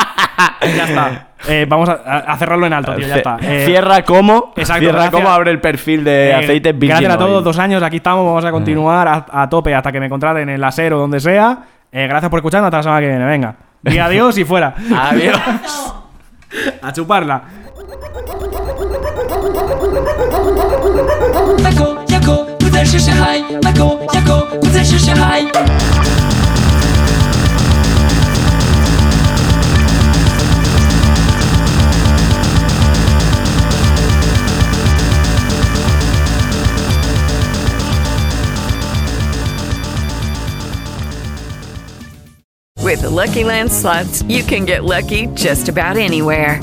Speaker 1: Ya está. Eh, vamos a, a- a cerrarlo en alto, tío. Ya está. Eh,
Speaker 2: Cierra como.
Speaker 1: Exacto,
Speaker 2: cierra
Speaker 1: gracias.
Speaker 2: como abre el perfil de
Speaker 1: eh,
Speaker 2: aceite Virgin
Speaker 1: Gracias a todos,
Speaker 2: Oil.
Speaker 1: dos años, aquí estamos, vamos a continuar a, a tope hasta que me contraten en la SER o donde sea. Eh, gracias por escucharnos, hasta la semana que viene, venga.
Speaker 2: <laughs>
Speaker 1: Y adiós y fuera.
Speaker 2: Adiós.
Speaker 1: <laughs> A chuparla.
Speaker 4: Michael 牙口不再是深海，Michael 牙口不再是深海。
Speaker 5: With the Lucky Land slots, you can get lucky just about anywhere.